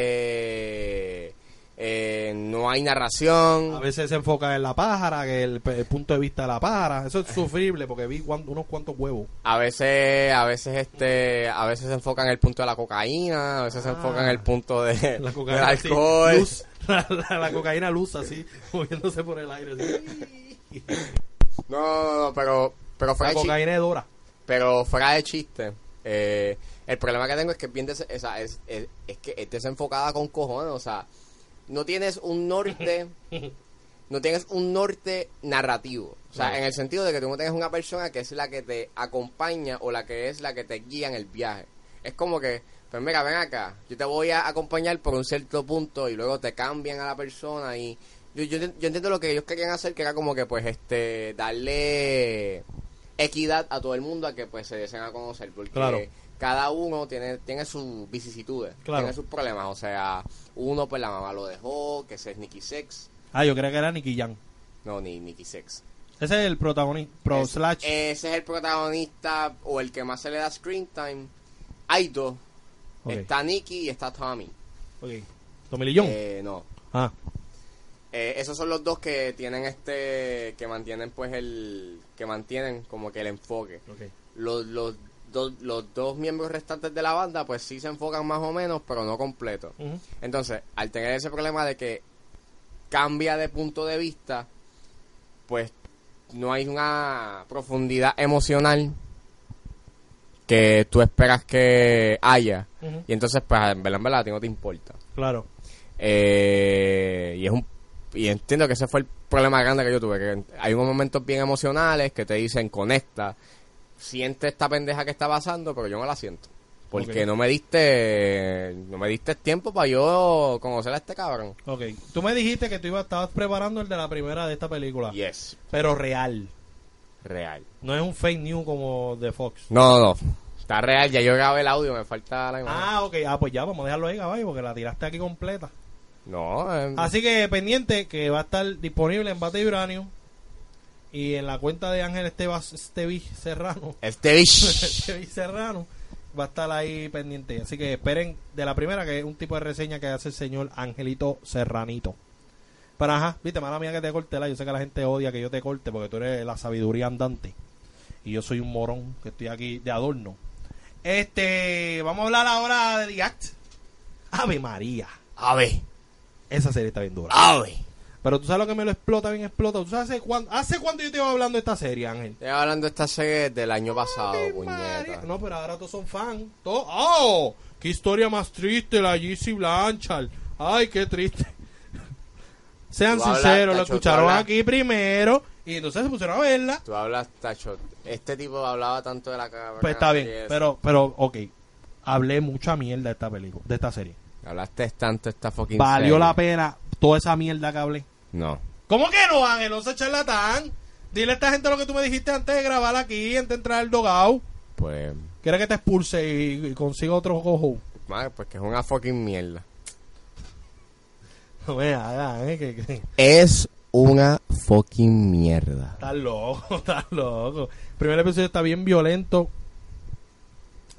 Speaker 2: este... eh, no hay narración.
Speaker 1: A veces se enfoca en la pájara, que el, el punto de vista de la pájara. Eso es sufrible porque vi cuan- unos cuantos huevos.
Speaker 2: A veces, a veces este, a veces se enfocan en el punto de la cocaína, a veces se
Speaker 1: Ah.
Speaker 2: enfocan en el punto de,
Speaker 1: La
Speaker 2: del
Speaker 1: cocaína así,
Speaker 2: alcohol.
Speaker 1: luz, la, la- la cocaína luz así, moviéndose por el aire. así.
Speaker 2: No, no, no, pero, pero fuera
Speaker 1: La
Speaker 2: de chiste,
Speaker 1: cocaína es dora.
Speaker 2: pero fuera de chiste. eh, el problema que tengo es que es bien des- o sea, es, es- es que es desenfocada con cojones, o sea, no tienes un norte, no tienes un norte narrativo. O sea,
Speaker 1: No.
Speaker 2: en el sentido de que tú no tengas una persona que es la que te acompaña o la que es la que te guía en el viaje. Es como que, pues mira, ven acá, yo te voy a acompañar por un cierto punto y luego te cambian a la persona y yo, yo, yo entiendo lo que ellos querían hacer, que era como que pues este, darle equidad a todo el mundo a que pues se deseen a conocer, porque
Speaker 1: Claro.
Speaker 2: cada uno tiene, tiene sus vicisitudes,
Speaker 1: Claro.
Speaker 2: tiene sus problemas, o sea, uno pues la mamá lo dejó, que ese es Nicky Sex,
Speaker 1: Ah, yo creía que era Nicky Jam.
Speaker 2: no, ni Nicky Sex.
Speaker 1: Ese es el protagonista. Pro
Speaker 2: Es- eh,
Speaker 1: slash.
Speaker 2: Ese es el protagonista o el que más se le da screen time. Hay dos.
Speaker 1: Ok,
Speaker 2: Está Nicky y está Tommy.
Speaker 1: ok. Tommy Lee Jones.
Speaker 2: Eh, no.
Speaker 1: ah,
Speaker 2: Eh, esos son los dos que tienen este. que mantienen, pues, el. que mantienen como que el enfoque.
Speaker 1: ok.
Speaker 2: Los, los, dos- los dos miembros restantes de la banda, pues sí se enfocan más o menos, pero no completo.
Speaker 1: Ujú.
Speaker 2: Entonces, al tener ese problema de que cambia de punto de vista, pues no hay una profundidad emocional que tú esperas que haya.
Speaker 1: Ujú.
Speaker 2: Y entonces, pues, en verdad, en verdad, a ti no te importa.
Speaker 1: Claro.
Speaker 2: Eh, y es un y entiendo que ese fue el problema grande que yo tuve, que hay unos momentos bien emocionales que te dicen conecta, siente esta pendeja que está pasando, pero yo no la siento. Porque
Speaker 1: Ok.
Speaker 2: no me diste no me diste tiempo para yo conocer a este cabrón.
Speaker 1: Ok. Tú me dijiste que tú ibas, estabas preparando el de la primera de esta película.
Speaker 2: Yes,
Speaker 1: Pero real.
Speaker 2: real.
Speaker 1: No es un fake news como de Fox.
Speaker 2: No, no, no. Está real, ya yo grabé el audio, me falta la imagen.
Speaker 1: Ah, ok. Ah, pues ya, vamos a dejarlo ahí, caballo, porque la tiraste aquí completa.
Speaker 2: No, eh,
Speaker 1: Así que pendiente que va a estar disponible en Bate Uranio y en la cuenta de Ángel Estebas Estevi Serrano.
Speaker 2: este bicho.
Speaker 1: Estevi Serrano. va a estar ahí pendiente. Así que esperen de la primera, que es un tipo de reseña que hace el señor Angelito Serranito. Pero ajá, viste, mala mía que te corte la. Yo sé que la gente odia que yo te corte porque tú eres la sabiduría andante. Y yo soy un morón que estoy aquí de adorno. Este, vamos a hablar ahora de The Act. Ave María.
Speaker 2: Ave,
Speaker 1: Esa serie está bien dura.
Speaker 2: ave.
Speaker 1: Pero tú sabes lo que me lo explota, bien explota. ¿Tú sabes hace cuándo, hace cuándo yo te iba hablando de esta serie, Ángel?
Speaker 2: Estoy hablando de esta serie del año pasado,
Speaker 1: Ay, María.
Speaker 2: Ah, puñeta.
Speaker 1: No, pero ahora todos son fans. Todos- ¡Oh! ¡Qué historia más triste la Jessie Blanchard! ¡Ay, qué triste! Sean
Speaker 2: Tú hablas,
Speaker 1: sinceros, lo
Speaker 2: Tacho, tú
Speaker 1: escucharon
Speaker 2: hablas.
Speaker 1: aquí primero y entonces se pusieron a verla.
Speaker 2: Tú hablas, tacho. Este tipo hablaba tanto de la cabra.
Speaker 1: Pues está bien,
Speaker 2: y eso.
Speaker 1: pero, pero, ok. Hablé mucha mierda de esta película, de esta serie.
Speaker 2: Hablaste tanto de esta fucking
Speaker 1: Valió
Speaker 2: serie.
Speaker 1: la pena toda esa mierda que hablé.
Speaker 2: No.
Speaker 1: ¿Cómo que no, Ángel? No se charlatán. Dile a esta gente lo que tú me dijiste antes de grabar aquí, antes de entrar al dogout.
Speaker 2: Pues.
Speaker 1: Quiere que te expulse y, y consiga otro cojo.
Speaker 2: Madre, pues que es una fucking mierda.
Speaker 1: No me hagas, Ángel, que, que-
Speaker 2: Es una fucking mierda.
Speaker 1: Estás loco, estás loco. El primer episodio está bien violento.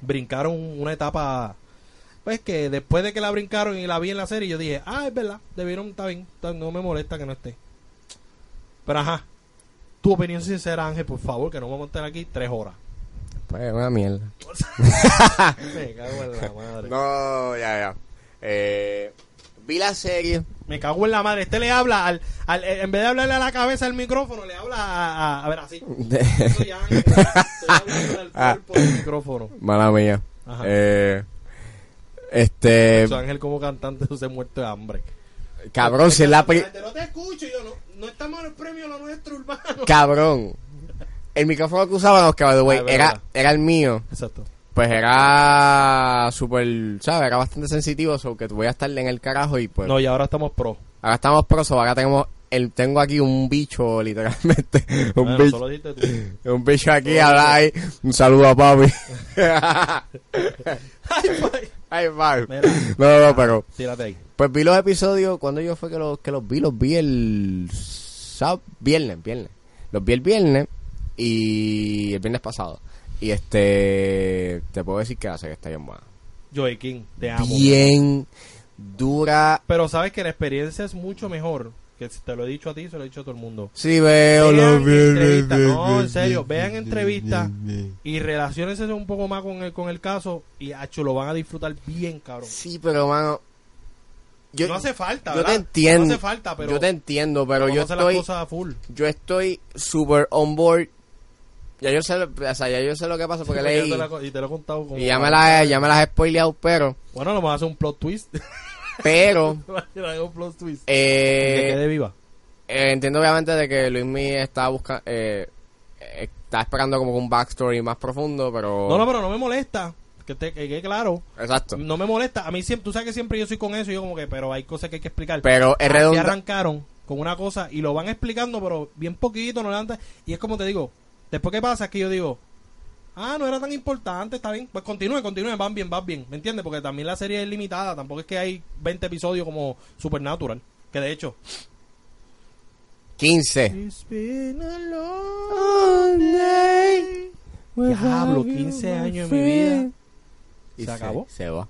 Speaker 1: Brincaron una etapa. Pues que después de que la brincaron y la vi en la serie, yo dije, ah, es verdad, debieron, está bien, está- no me molesta que no esté. Pero ajá, tu opinión sincera, Ángel, por favor, que no vamos a estar aquí tres horas.
Speaker 2: Pues es una mierda.
Speaker 1: Me cago en la madre.
Speaker 2: No, ya, ya. Eh, vi la serie.
Speaker 1: Me cago en la madre. Este le habla al, al- eh, en vez de hablarle a la cabeza al micrófono, le habla a, a- a ver así. Soy Ángel, estoy hablando al cuerpo del micrófono.
Speaker 2: Mala mía.
Speaker 1: Ajá.
Speaker 2: Eh, este.
Speaker 1: Su Ángel como cantante se ha muerto de hambre.
Speaker 2: Cabrón, si es la pri-
Speaker 1: Gente, No te escucho, y yo no, no estamos en el premio lo nuestro, hermano.
Speaker 2: Cabrón. El micrófono que usábamos, que by the way,
Speaker 1: Ah,
Speaker 2: era,
Speaker 1: verdad.
Speaker 2: era el mío.
Speaker 1: Exacto.
Speaker 2: Pues era súper, ¿sabes? Era bastante sensitivo, so que voy a estar en el carajo y pues...
Speaker 1: No, y ahora estamos pro.
Speaker 2: Ahora estamos prosos, ahora tenemos... El, tengo aquí un bicho, literalmente. Un
Speaker 1: Bueno,
Speaker 2: bicho.
Speaker 1: solo dijiste tú.
Speaker 2: Un bicho aquí, ahora hay... Un saludo a papi.
Speaker 1: Ay, pues,
Speaker 2: Ay, papi.
Speaker 1: Mira.
Speaker 2: No, no, pero...
Speaker 1: Tírate ahí.
Speaker 2: Pues vi los episodios, cuando yo fue que los, que los vi, los vi el sáb- viernes, viernes. Los vi el viernes y el viernes pasado. Y este, te puedo decir que hace que está bien buena.
Speaker 1: Joey King, te amo.
Speaker 2: Bien dura.
Speaker 1: Pero sabes que la experiencia es mucho mejor. Que si te lo he dicho a ti, se lo he dicho a todo el mundo.
Speaker 2: Sí, veo
Speaker 1: Vean
Speaker 2: los viernes.
Speaker 1: entrevistas, no, en serio, vean entrevistas y relacionense un poco más con el, con el caso y acho, lo van a disfrutar bien, cabrón.
Speaker 2: Sí, pero mano. Yo,
Speaker 1: no hace falta,
Speaker 2: yo
Speaker 1: ¿verdad?
Speaker 2: te entiendo.
Speaker 1: No hace falta, pero
Speaker 2: yo te entiendo, pero
Speaker 1: vamos a
Speaker 2: yo
Speaker 1: hacer
Speaker 2: estoy.
Speaker 1: las cosas a full.
Speaker 2: Yo estoy super on board. Ya yo sé, lo- o sea, ya yo sé lo que pasa porque
Speaker 1: Porque
Speaker 2: leí.
Speaker 1: yo te la- y te lo he contado como-
Speaker 2: Y ya me las ya me las he spoileado, pero,
Speaker 1: Bueno, vamos a hacer un plot twist.
Speaker 2: pero,
Speaker 1: Vamos a hacer un plot twist. que
Speaker 2: eh,
Speaker 1: quede viva.
Speaker 2: eh, entiendo obviamente de que Luismi está buscando, eh, eh, está esperando como que un backstory más profundo, pero,
Speaker 1: No, no, pero no me molesta. Que te que quede claro.
Speaker 2: exacto,
Speaker 1: No me molesta. A mí siempre, tú sabes que siempre yo soy con eso. y Yo como que, pero hay cosas que hay que explicar.
Speaker 2: pero es
Speaker 1: Aquí
Speaker 2: redundante,
Speaker 1: arrancaron con una cosa y lo van explicando, pero bien poquito, no levantan. Y es como te digo, después que pasa, es que yo digo, ah, no era tan importante, está bien. Pues continúen, continúen, van bien, van bien. ¿Me entiendes? Porque también la serie es limitada. Tampoco es que hay 20 episodios como Supernatural. Que de hecho,
Speaker 2: 15,
Speaker 1: It's been a long day. Diablo, 15 años de mi vida.
Speaker 2: y
Speaker 1: se acabó.
Speaker 2: se va,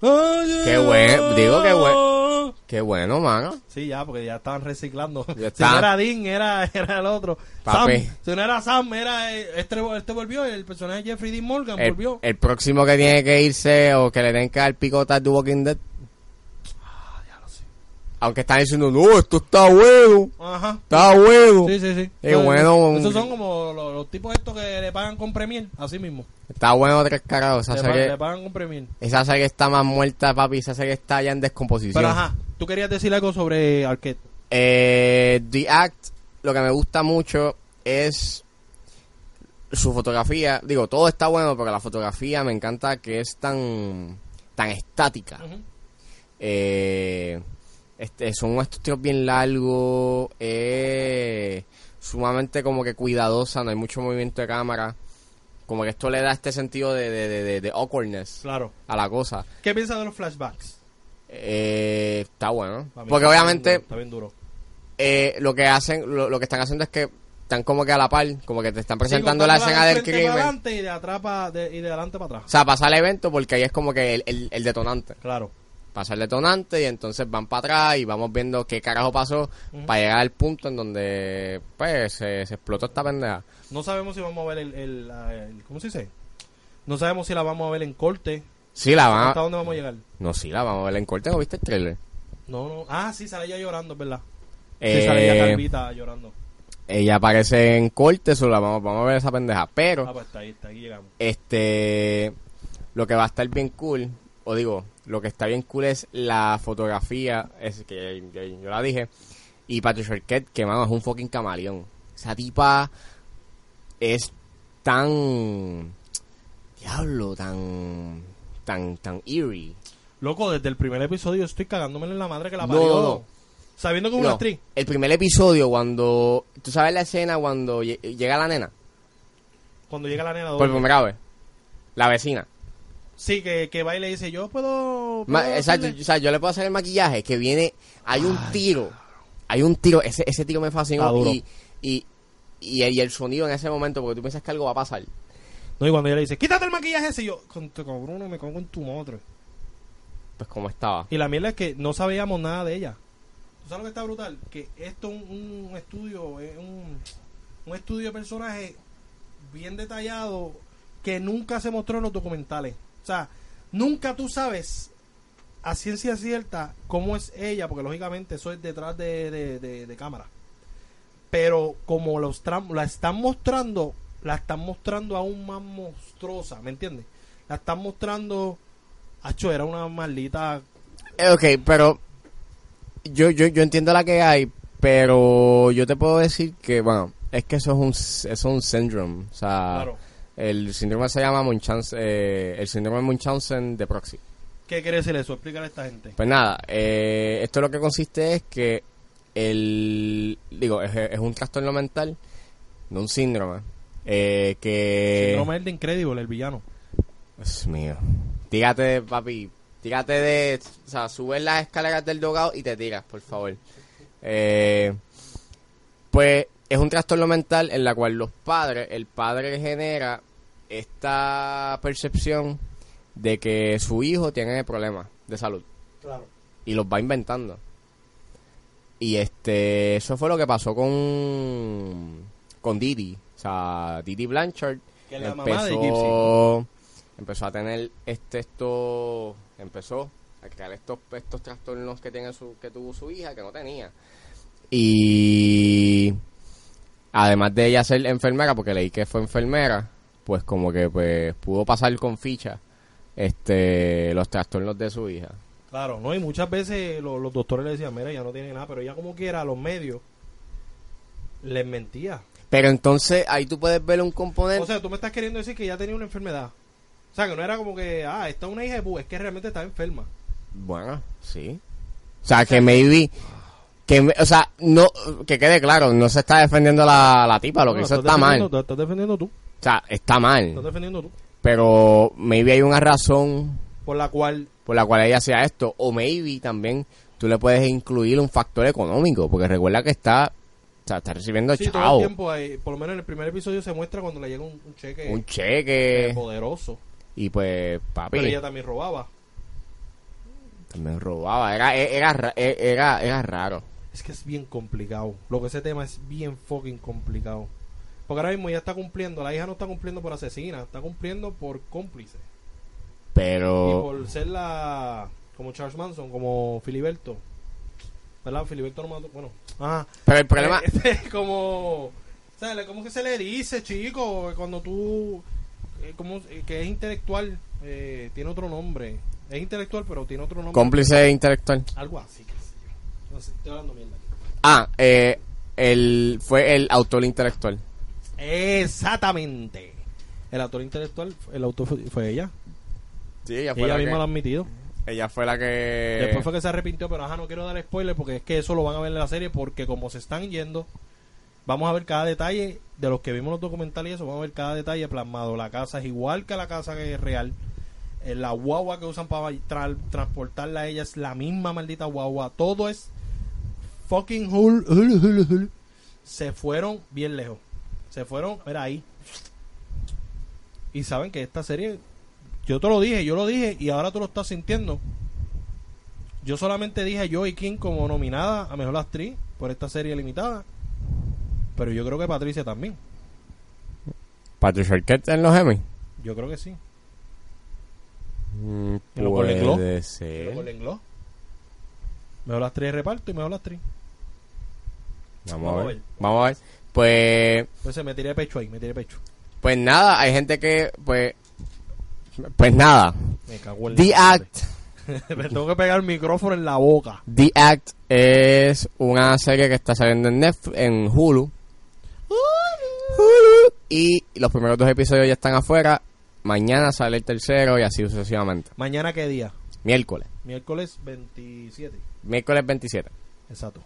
Speaker 2: Qué buen- digo, qué buen- qué bueno, mano,
Speaker 1: Sí, ya, porque ya estaban reciclando.
Speaker 2: Ya
Speaker 1: Si no
Speaker 2: está.
Speaker 1: era Dean, era, era el otro.
Speaker 2: Papi.
Speaker 1: Sam, si no era Sam, era eh, este, este volvió, el personaje Jeffrey Dean Morgan
Speaker 2: el,
Speaker 1: volvió.
Speaker 2: el próximo que tiene que irse o que le den que dar picota de Walking Dead,
Speaker 1: Ah,
Speaker 2: aunque están diciendo, no, esto está bueno,
Speaker 1: Ajá.
Speaker 2: está bueno,
Speaker 1: Sí, sí, sí.
Speaker 2: Qué bueno.
Speaker 1: Esos son como los, los tipos estos que le pagan con Premier, así mismo.
Speaker 2: está bueno tres carajos, o
Speaker 1: Le,
Speaker 2: sea,
Speaker 1: pa-
Speaker 2: que-
Speaker 1: le pagan con Premier.
Speaker 2: Esa serie está más muerta, papi. Esa serie está ya en descomposición.
Speaker 1: Pero ajá, tú querías decir algo sobre Arquette.
Speaker 2: Eh, The Act, lo que me gusta mucho es su fotografía. Digo, todo está bueno, pero la fotografía me encanta que es tan, tan estática.
Speaker 1: Ujú.
Speaker 2: Eh, este, son estos tiros bien largos, eh, sumamente como que cuidadosa, no hay mucho movimiento de cámara. Como que esto le da este sentido de, de, de- de- de awkwardness
Speaker 1: Claro.
Speaker 2: a la cosa.
Speaker 1: ¿Qué piensas de los flashbacks?
Speaker 2: Eh, está bueno.
Speaker 1: Para mí
Speaker 2: Porque
Speaker 1: está bien
Speaker 2: obviamente
Speaker 1: duro, Está bien duro.
Speaker 2: eh, lo que hacen, lo, lo que están haciendo es que están están como que a la par, como que te están presentando
Speaker 1: Sí,
Speaker 2: la
Speaker 1: contando
Speaker 2: escena del
Speaker 1: frente para
Speaker 2: crimen.
Speaker 1: adelante y de atrás pa- de- y de adelante para
Speaker 2: O
Speaker 1: atrás.
Speaker 2: sea, pasa el evento porque ahí es como que el, el- el detonante.
Speaker 1: Claro.
Speaker 2: Pasa el detonante y entonces van para atrás y vamos viendo qué carajo pasó para llegar al punto en donde pues se, se explotó esta pendeja.
Speaker 1: No sabemos si vamos a ver el, el- la- el- ¿cómo se dice? No sabemos si la vamos a ver en corte.
Speaker 2: Sí, la van
Speaker 1: ¿Hasta
Speaker 2: a...
Speaker 1: dónde vamos a llegar?
Speaker 2: No, sí, la vamos a ver en corte, ¿no viste el trailer?
Speaker 1: No, no. Ah, sí, sale ella llorando, es verdad. Sí, sale ella
Speaker 2: Eh,
Speaker 1: calvita llorando.
Speaker 2: ella aparece en corte, solo la vamos, vamos a ver esa pendeja. Pero...
Speaker 1: Ah, pues está ahí, está ahí llegamos.
Speaker 2: Este, lo que va a estar bien cool, o digo, lo que está bien cool es la fotografía, es que yo, yo la dije, y Patrick Arquette, que mano, es un fucking camaleón. Esa tipa es tan, diablo, tan, tan, tan eerie.
Speaker 1: Loco, desde el primer episodio yo estoy cagándome en la madre que la
Speaker 2: No,
Speaker 1: parió.
Speaker 2: no, no.
Speaker 1: Sabiendo como
Speaker 2: No,
Speaker 1: una actriz.
Speaker 2: el primer episodio cuando, tú sabes la escena cuando lle- llega la nena,
Speaker 1: Cuando llega la nena
Speaker 2: por
Speaker 1: doble.
Speaker 2: primera vez, la vecina.
Speaker 1: Sí, que, que va y le dice, yo puedo...
Speaker 2: Ma-
Speaker 1: puedo
Speaker 2: exacto,
Speaker 1: hacerle".
Speaker 2: o sea, yo le puedo hacer el maquillaje que viene. Hay un tiro. Hay un tiro. Ese, ese tiro me
Speaker 1: Está
Speaker 2: fascinó.
Speaker 1: duro.
Speaker 2: Y, y, y, y el sonido en ese momento, porque tú piensas que algo va a pasar.
Speaker 1: No, y cuando ella le dice, quítate el maquillaje ese, y yo, con tu cabrón, no me cago en tu madre.
Speaker 2: Pues como estaba.
Speaker 1: Y la mierda es que no sabíamos nada de ella. ¿Tú sabes lo que está brutal? Que esto es un, un estudio, es un, un estudio de personajes bien detallado que nunca se mostró en los documentales. O sea, nunca tú sabes a ciencia cierta cómo es ella, porque lógicamente eso es detrás de, de- de- de cámara. Pero como los tram- la están mostrando, la están mostrando aún más monstruosa, ¿me entiendes? La están mostrando... Acho, era una maldita
Speaker 2: Eh, ok, pero. Yo, yo, yo entiendo la que hay, pero yo te puedo decir que, bueno, es que eso es un, s- eso es un síndrome. O sea,
Speaker 1: Claro.
Speaker 2: el síndrome se llama Munchausen, eh, el síndrome de Munchausen de proxy.
Speaker 1: ¿Qué quiere decir eso? Explícale a esta gente.
Speaker 2: Pues nada, eh, esto lo que consiste es que el, digo, es, es un trastorno mental, no un síndrome, eh, que...
Speaker 1: Síndrome del de Incredible, el villano.
Speaker 2: Dios mío. Tírate, papi, tírate de, o sea, sube las escaleras del dogado y te tiras, por favor. Eh, pues es un trastorno mental en la cual los padres, el padre genera esta percepción de que su hijo tiene problemas de salud
Speaker 1: Claro.
Speaker 2: y los va inventando. Y este, eso fue lo que pasó con con Didi, o sea, Didi Blanchard
Speaker 1: Que es la mamá de
Speaker 2: empezó a tener este esto empezó a crear estos estos trastornos que tiene su que tuvo su hija que no tenía. Y además de ella ser enfermera, porque leí que fue enfermera, pues como que pues pudo pasar con ficha este los trastornos de su hija.
Speaker 1: Claro, no, y muchas veces lo- los doctores le decían, mira, ya no tiene nada, pero ella como quiera, a los medios, les mentía.
Speaker 2: Pero entonces ahí tú puedes ver un componente.
Speaker 1: O sea, tú me estás queriendo decir que ya tenía una enfermedad. O sea, que no era como que, ah, esta es una hija de bu, es que realmente estaba enferma.
Speaker 2: bueno, sí. O sea, que maybe. Que, me- o sea, no, que quede claro, no se está defendiendo la, la tipa, lo que
Speaker 1: No,
Speaker 2: hizo
Speaker 1: estás
Speaker 2: está mal.
Speaker 1: defendiendo- Estás estás defendiendo tú,
Speaker 2: O sea, está
Speaker 1: estás
Speaker 2: mal.
Speaker 1: defendiendo tú.
Speaker 2: Pero maybe hay una razón
Speaker 1: Por la cual,
Speaker 2: por la cual ella hacía esto. O maybe también tú le puedes incluir un factor económico, porque recuerda que está, o sea, está recibiendo
Speaker 1: sí, todo
Speaker 2: chao,
Speaker 1: el tiempo, ahí, por lo menos en el primer episodio se muestra cuando le llega un, un cheque
Speaker 2: un
Speaker 1: eh,
Speaker 2: cheque.
Speaker 1: poderoso.
Speaker 2: Y pues, papi.
Speaker 1: Pero ella también robaba.
Speaker 2: También robaba, era, e, era, ra- era, era, raro.
Speaker 1: Es que es bien complicado. Lo que ese tema es bien fucking complicado. Porque ahora mismo ya está cumpliendo. La hija no está cumpliendo por asesina, está cumpliendo por cómplice. Y
Speaker 2: Pero...
Speaker 1: por ser la. Como Charles Manson, como Filiberto. ¿Verdad? Filiberto no mató. Bueno. Ajá.
Speaker 2: Pero el problema...
Speaker 1: Este, como. ¿Sabes? ¿Cómo que se le dice, chico? Cuando tú. eh, como, eh, que es intelectual. eh, tiene otro nombre. Es intelectual, pero tiene otro nombre.
Speaker 2: Cómplice intelectual.
Speaker 1: Algo así, qué sé yo. No sé, estoy hablando mierda aquí.
Speaker 2: Ah, eh, el, fue el autor intelectual.
Speaker 1: Exactamente. El autor intelectual, el autor fue, fue ella.
Speaker 2: Sí, ella
Speaker 1: ella misma lo ha admitido.
Speaker 2: ella fue la que...
Speaker 1: Después fue que se arrepintió, pero ajá, no quiero dar spoiler porque es que eso lo van a ver en la serie porque como se están yendo, vamos a ver cada detalle de los que vimos en los documentales y eso, vamos a ver cada detalle plasmado. La casa es igual que la casa que es real. Eh, La guagua que usan para tra- transportarla a ella es la misma maldita guagua. Todo es fucking hul, hul, hul, hul. Se fueron bien lejos. Se fueron, mira ahí. Y saben que esta serie, yo te lo dije, yo lo dije y ahora tú lo estás sintiendo. Yo solamente dije a Joey King como nominada a mejor actriz por esta serie limitada. Pero yo creo que Patricia también.
Speaker 2: Patricia Arquette en los Emmy.
Speaker 1: Yo creo que
Speaker 2: ¿Eh?
Speaker 1: sí.
Speaker 2: Mm,
Speaker 1: Y lo Golden Globe.
Speaker 2: Puede
Speaker 1: Pero
Speaker 2: ser.
Speaker 1: Golden Globe. Mejor actriz de reparto y mejor actriz.
Speaker 2: Vamos a ver. Vamos a ver. Pues,
Speaker 1: Entonces me tiré pecho ahí, me tiré pecho.
Speaker 2: pues nada, hay gente que, pues, pues nada.
Speaker 1: Me cago en la
Speaker 2: The
Speaker 1: madre.
Speaker 2: Act,
Speaker 1: me tengo que pegar el micrófono en la boca.
Speaker 2: The Act es una serie que está saliendo en Netflix, en Hulu. Hulu. Y los primeros dos episodios ya están afuera. Mañana sale el tercero y así sucesivamente.
Speaker 1: Mañana qué día?
Speaker 2: Miércoles.
Speaker 1: Miércoles 27.
Speaker 2: Miércoles 27.
Speaker 1: Exacto.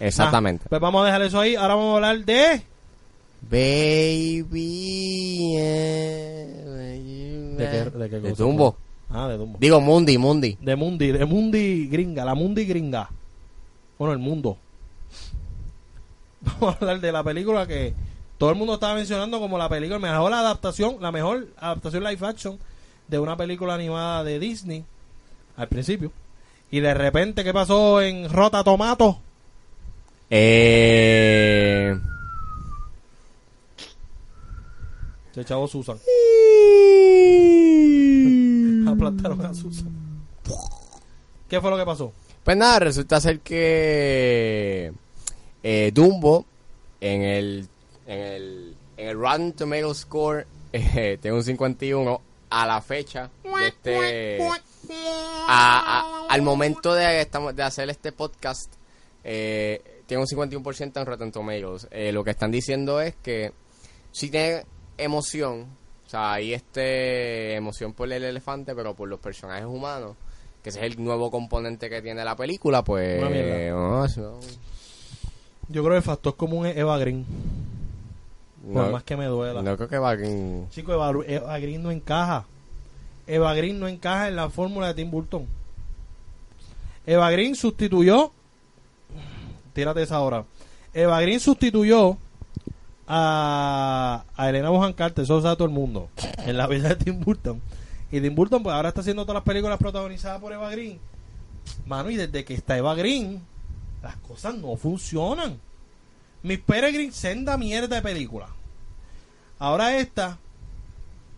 Speaker 2: Exactamente.
Speaker 1: Ah, pues vamos a dejar eso ahí. Ahora vamos a hablar de.
Speaker 2: Baby. eh,
Speaker 1: ¿De qué- de qué cosa?
Speaker 2: Dumbo.
Speaker 1: Ah, de Dumbo.
Speaker 2: Digo Mundi, Mundi.
Speaker 1: De Mundi, de Mundi gringa, la Mundi gringa. Bueno, el mundo. Vamos a hablar de la película que todo el mundo estaba mencionando como la película, la mejor adaptación, la mejor adaptación live action de una película animada de Disney al principio. Y de repente, ¿qué pasó en Rota Tomato?
Speaker 2: Eh.
Speaker 1: Se echó Susan. Aplastaron a Susan. ¿Qué fue lo que pasó?
Speaker 2: Pues nada, resulta ser que eh, Dumbo en el en el en el Rotten Tomatoes score eh, tiene un 51 a la fecha de este a- a- al momento de estamos de hacer este podcast eh, tiene un 51% en Rotten Tomatoes. Eh, lo que están diciendo es que sí tiene emoción, o sea, hay este emoción por el elefante, pero por los personajes humanos, que ese es el nuevo componente que tiene la película, pues
Speaker 1: Una mierda.
Speaker 2: no, eso-
Speaker 1: Yo creo que el factor común es Eva Green. Por más que me duela.
Speaker 2: no creo que va en-
Speaker 1: Chico, Eva, Eva Green no encaja. Eva Green no encaja en la fórmula de Tim Burton. Eva Green sustituyó. Tírate esa hora. Eva Green sustituyó a, a Elena Bohan Carter, eso lo sabe todo el mundo, en la vida de Tim Burton. Y Tim Burton, pues ahora está haciendo todas las películas protagonizadas por Eva Green. Mano, y desde que está Eva Green, las cosas no funcionan. Mis Peregrine, senda mierda de película. Ahora esta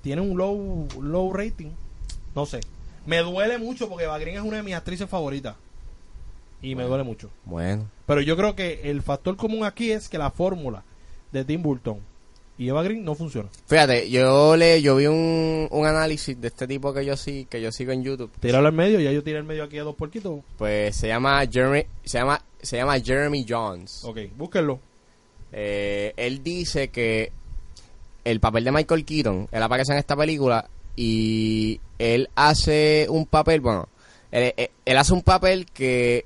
Speaker 1: tiene un low, low rating. No sé. Me duele mucho porque Eva Green es una de mis actrices favoritas. Y me duele mucho.
Speaker 2: Bueno,
Speaker 1: Pero yo creo que el factor común aquí es que la fórmula de Tim Burton y Eva Green no funciona.
Speaker 2: fíjate, yo le yo vi un, un análisis de este tipo que yo sí que yo sigo en YouTube.
Speaker 1: Tíralo al medio, ya yo tiré el medio aquí a dos porquitos.
Speaker 2: Pues se llama Jeremy se llama se llama Jeremy Jones.
Speaker 1: Ok, búsquenlo.
Speaker 2: Eh, él dice que el papel de Michael Keaton, él aparece en esta película y él hace un papel, bueno, él, él- él hace un papel que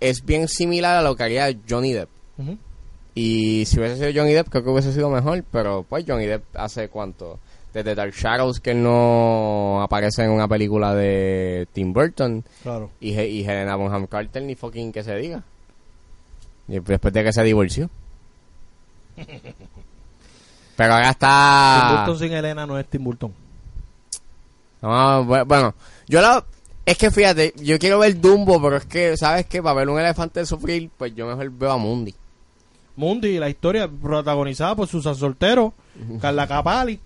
Speaker 2: es bien similar a lo que haría Johnny Depp.
Speaker 1: Ujú.
Speaker 2: Y si hubiese sido Johnny Depp, creo que hubiese sido mejor, pero pues Johnny Depp hace cuánto. Desde Dark Shadows que él no aparece en una película de Tim Burton
Speaker 1: Claro.
Speaker 2: y, He- y Helena Bonham Carter ni fucking que se diga. Y después de que se divorció. Pero ahora
Speaker 1: Tim
Speaker 2: está...
Speaker 1: Burton sin Elena no es Tim Burton.
Speaker 2: No, bu- bueno, yo la... Es que fíjate, yo quiero ver Dumbo, pero es que, ¿sabes qué? Para ver un elefante sufrir, pues yo mejor veo a Mundi.
Speaker 1: Mundi, la historia protagonizada por Susan Soltero, Carla Capali.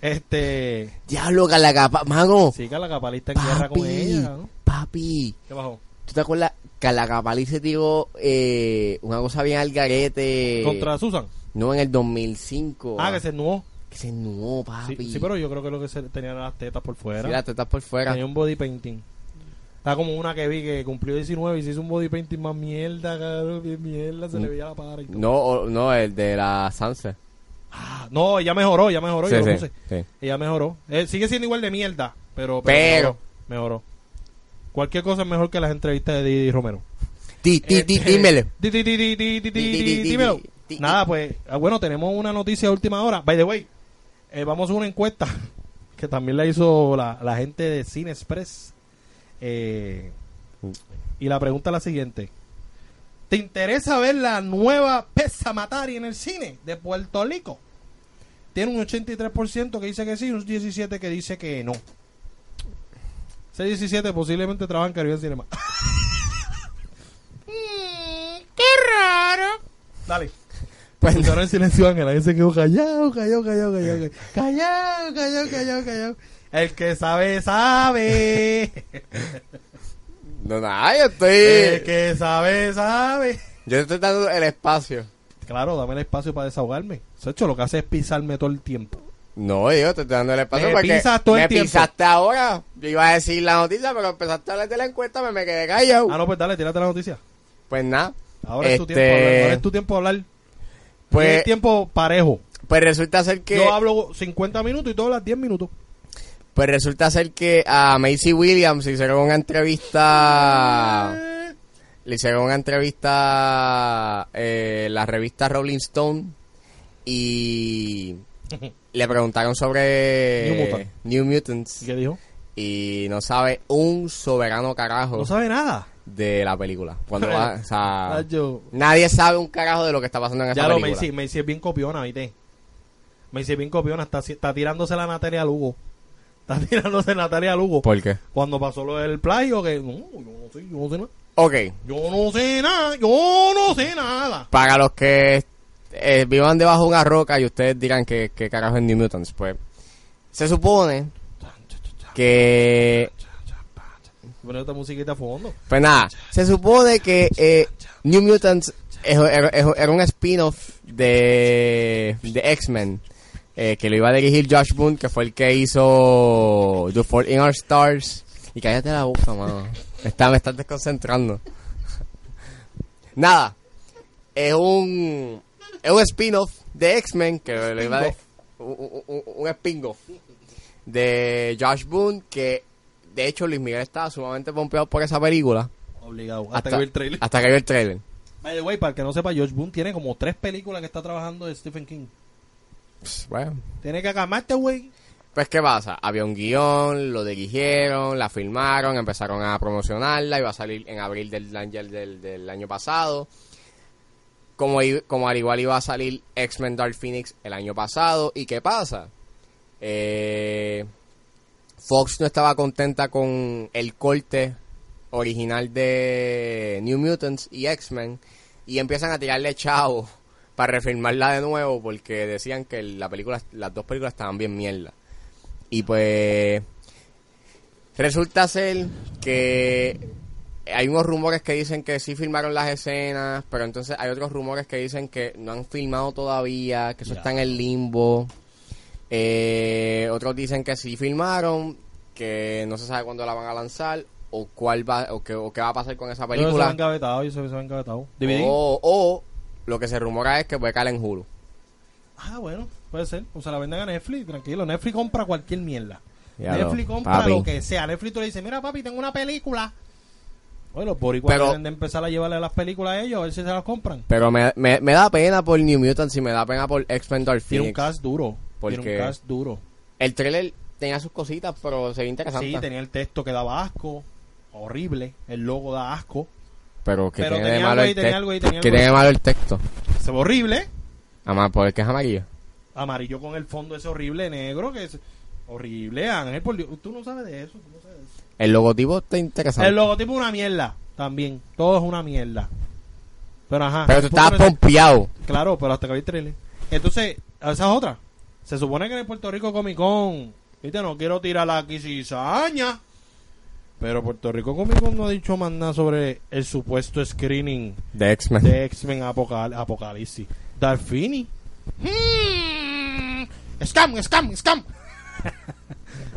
Speaker 1: Este.
Speaker 2: Diablo, la capa, mago.
Speaker 1: Sí, Carla Capali está en guerra
Speaker 2: papi,
Speaker 1: con ella. ¿no?
Speaker 2: papi.
Speaker 1: ¿Qué bajó?
Speaker 2: ¿Tú te acuerdas? Calacapali se tiró eh, una cosa bien al garete.
Speaker 1: Contra Susan.
Speaker 2: No, en el 2005.
Speaker 1: Ah, que se nuó.
Speaker 2: Que se nuó,
Speaker 1: Sí,
Speaker 2: papi.
Speaker 1: sí, pero yo creo que lo que se tenían eran las tetas por fuera.
Speaker 2: Mira, te estás por fuera.
Speaker 1: Tenía un body painting. Está como una que vi que cumplió 19 y se hizo un body painting más mierda, cabrón, bien mierda, se le veía la para y todo.
Speaker 2: No, o- no, el de la Sansa.
Speaker 1: Ah, no, ella mejoró, ella mejoró, yo lo puse.
Speaker 2: sí.
Speaker 1: Ella mejoró. Eh, sigue siendo igual de mierda, pero...
Speaker 2: Pero.
Speaker 1: Mejoró, mejoró. Cualquier cosa es mejor que las entrevistas de Didi Romero.
Speaker 2: Di- di- di-
Speaker 1: Este,
Speaker 2: dímelo.
Speaker 1: di- di- di- di- di- di-
Speaker 2: Di- di-
Speaker 1: di-
Speaker 2: di-
Speaker 1: dímelo.
Speaker 2: di- di-
Speaker 1: Nada, pues, ah, bueno, tenemos una noticia de última hora. By the way, eh, vamos a una encuesta que también la hizo la, la gente de Cine Express. Eh, y la pregunta es la siguiente. ¿Te interesa ver la nueva Pesa Matari en el cine de Puerto Rico? tiene un 83% que dice que sí y un 17% que dice que no. Ese 17 posiblemente trabaja en Caribbean Cinema.
Speaker 3: ¡Qué raro!
Speaker 1: Dale.
Speaker 2: Pues,
Speaker 1: Se quedaron en silencio Ángel, ahí se quedó callado, callado, callado, callado, callado, callado, callado, callado, callado. El que sabe, sabe.
Speaker 2: no, nada, yo estoy.
Speaker 1: El Eh, que sabe, sabe.
Speaker 2: Yo estoy dando el espacio.
Speaker 1: Claro, dame el espacio para desahogarme. De hecho, lo que hace es pisarme todo el tiempo.
Speaker 2: No, yo te estoy dando el espacio
Speaker 1: Me
Speaker 2: porque
Speaker 1: pisas todo el
Speaker 2: me
Speaker 1: tiempo.
Speaker 2: pisaste ahora. Yo iba a decir la noticia, pero empezaste a hablar de la encuesta, me, me quedé callado.
Speaker 1: Ah, no, pues dale, tírate la noticia.
Speaker 2: Pues nada.
Speaker 1: Ahora es tu
Speaker 2: Este,
Speaker 1: tiempo de hablar. Ahora es tu tiempo de hablar.
Speaker 2: Pues,
Speaker 1: es tiempo parejo.
Speaker 2: pues resulta ser que
Speaker 1: Yo hablo 50 minutos y tú hablas 10 minutos.
Speaker 2: pues resulta ser que a Macy Williams le hicieron una entrevista
Speaker 1: Ah.
Speaker 2: le hicieron una entrevista eh, la revista Rolling Stone y le preguntaron sobre
Speaker 1: New Mutant.
Speaker 2: New Mutants
Speaker 1: ¿Y qué dijo?
Speaker 2: y no sabe un soberano carajo
Speaker 1: No sabe nada.
Speaker 2: de la película. Cuando va, o sea,
Speaker 1: Oh. Ah, yo-
Speaker 2: nadie sabe un carajo de lo que está pasando en esa
Speaker 1: Ya lo
Speaker 2: película.
Speaker 1: Macy, Macy es bien copiona, ¿viste? Macy es bien copiona, está, está tirándose la Natalia Lugo. Está tirándose Natalia Lugo.
Speaker 2: ¿Por qué?
Speaker 1: Cuando pasó lo del plagio, que no, yo no sé, yo no sé nada.
Speaker 2: Ok,
Speaker 1: Yo no sé nada, yo no sé nada.
Speaker 2: para los que eh, vivan debajo de una roca y ustedes dirán que, que carajo es New Mutants, pues se supone que...
Speaker 1: Pero esta musiquita a fondo.
Speaker 2: Pues nada, se supone que eh, New Mutants es- era era- era un spin-off de, de X-Men. eh, que lo iba a dirigir Josh Boone, que fue el que hizo The Fault in Our Stars. Y cállate la boca, mano. Está, me estás desconcentrando. Nada. Es un, es un spin-off de X-Men que lo iba a de- un, un- un spin-off de Josh Boone que de hecho Luis Miguel estaba sumamente pompeado por esa película
Speaker 1: Obligado. Hasta, que vi el trailer.
Speaker 2: hasta que vio el trailer.
Speaker 1: By the way, para el que no sepa, George Boone tiene como tres películas que está trabajando de Stephen King.
Speaker 2: Pss, bueno.
Speaker 1: Tiene que acamarte, güey.
Speaker 2: Pues, ¿qué pasa? Había un guión, lo dirigieron, la filmaron, empezaron a promocionarla, iba a salir en abril del, del, del- del año pasado. Como, i- como al igual iba a salir X-Men Dark Phoenix el año pasado. ¿Y qué pasa? Eh, Fox no estaba contenta con el corte original de New Mutants y X-Men. Y empiezan a tirarle chavo para refilmarla de nuevo porque decían que la película, las dos películas estaban bien mierda. Y pues resulta ser que hay unos rumores que dicen que sí filmaron las escenas, pero entonces hay otros rumores que dicen que no han filmado todavía, que eso está en el limbo. Eh, otros dicen que sí filmaron, que no se sabe cuándo la van a lanzar o cuál va o qué, o qué va a pasar con esa
Speaker 1: Yo se
Speaker 2: película. Oh,
Speaker 1: engavetado, yo se engavetado. DVD.
Speaker 2: O, o lo que se rumora es que puede caer en Hulu.
Speaker 1: Ah, bueno, puede ser. O se la venden a Netflix, tranquilo. Netflix compra cualquier mierda.
Speaker 2: Ya
Speaker 1: Netflix
Speaker 2: lo-
Speaker 1: compra
Speaker 2: papi.
Speaker 1: lo que sea. Netflix tú le dice, mira papi, tengo una película. Oye, los boricuas
Speaker 2: Pero-
Speaker 1: deben de empezar a llevarle las películas a ellos, a ver si se las compran.
Speaker 2: Pero me, me, me da pena por New Mutants y me da pena por X-Men Dark
Speaker 1: Tiene un
Speaker 2: Phoenix.
Speaker 1: cast duro.
Speaker 2: ¿Por
Speaker 1: Tiene
Speaker 2: qué?
Speaker 1: un cast duro.
Speaker 2: El trailer tenía sus cositas, pero se ve interesante.
Speaker 1: Sí, tenía el texto que daba asco. Horrible. El logo da asco.
Speaker 2: Pero que
Speaker 1: Pero
Speaker 2: tiene de
Speaker 1: tenía
Speaker 2: malo
Speaker 1: algo ahí,
Speaker 2: el
Speaker 1: tenía
Speaker 2: texto.
Speaker 1: algo ahí, tenía
Speaker 2: que
Speaker 1: algo
Speaker 2: tiene
Speaker 1: ahí.
Speaker 2: de malo el texto.
Speaker 1: Se ve horrible.
Speaker 2: Además, porque es amarillo.
Speaker 1: Amarillo con el fondo ese horrible negro que es... Horrible, Ángel, por Dios. Tú no sabes de eso. Tú no sabes de eso.
Speaker 2: El logotipo está interesante.
Speaker 1: El logotipo es una mierda también. Todo es una mierda. Pero ajá.
Speaker 2: Pero tú
Speaker 1: El punto
Speaker 2: estabas
Speaker 1: no es-
Speaker 2: pompeado.
Speaker 1: Claro, pero hasta que vi el trailer. Entonces, esa es otra. Se supone que en el Puerto Rico Comic Con. Viste, no quiero tirar aquí cizaña. Pero Puerto Rico Comic Con no ha dicho más nada sobre el supuesto screening
Speaker 2: De X-Men.
Speaker 1: de X-Men Apocal- Apocalipsis. Darfini. Mm, Scam, scam, scam.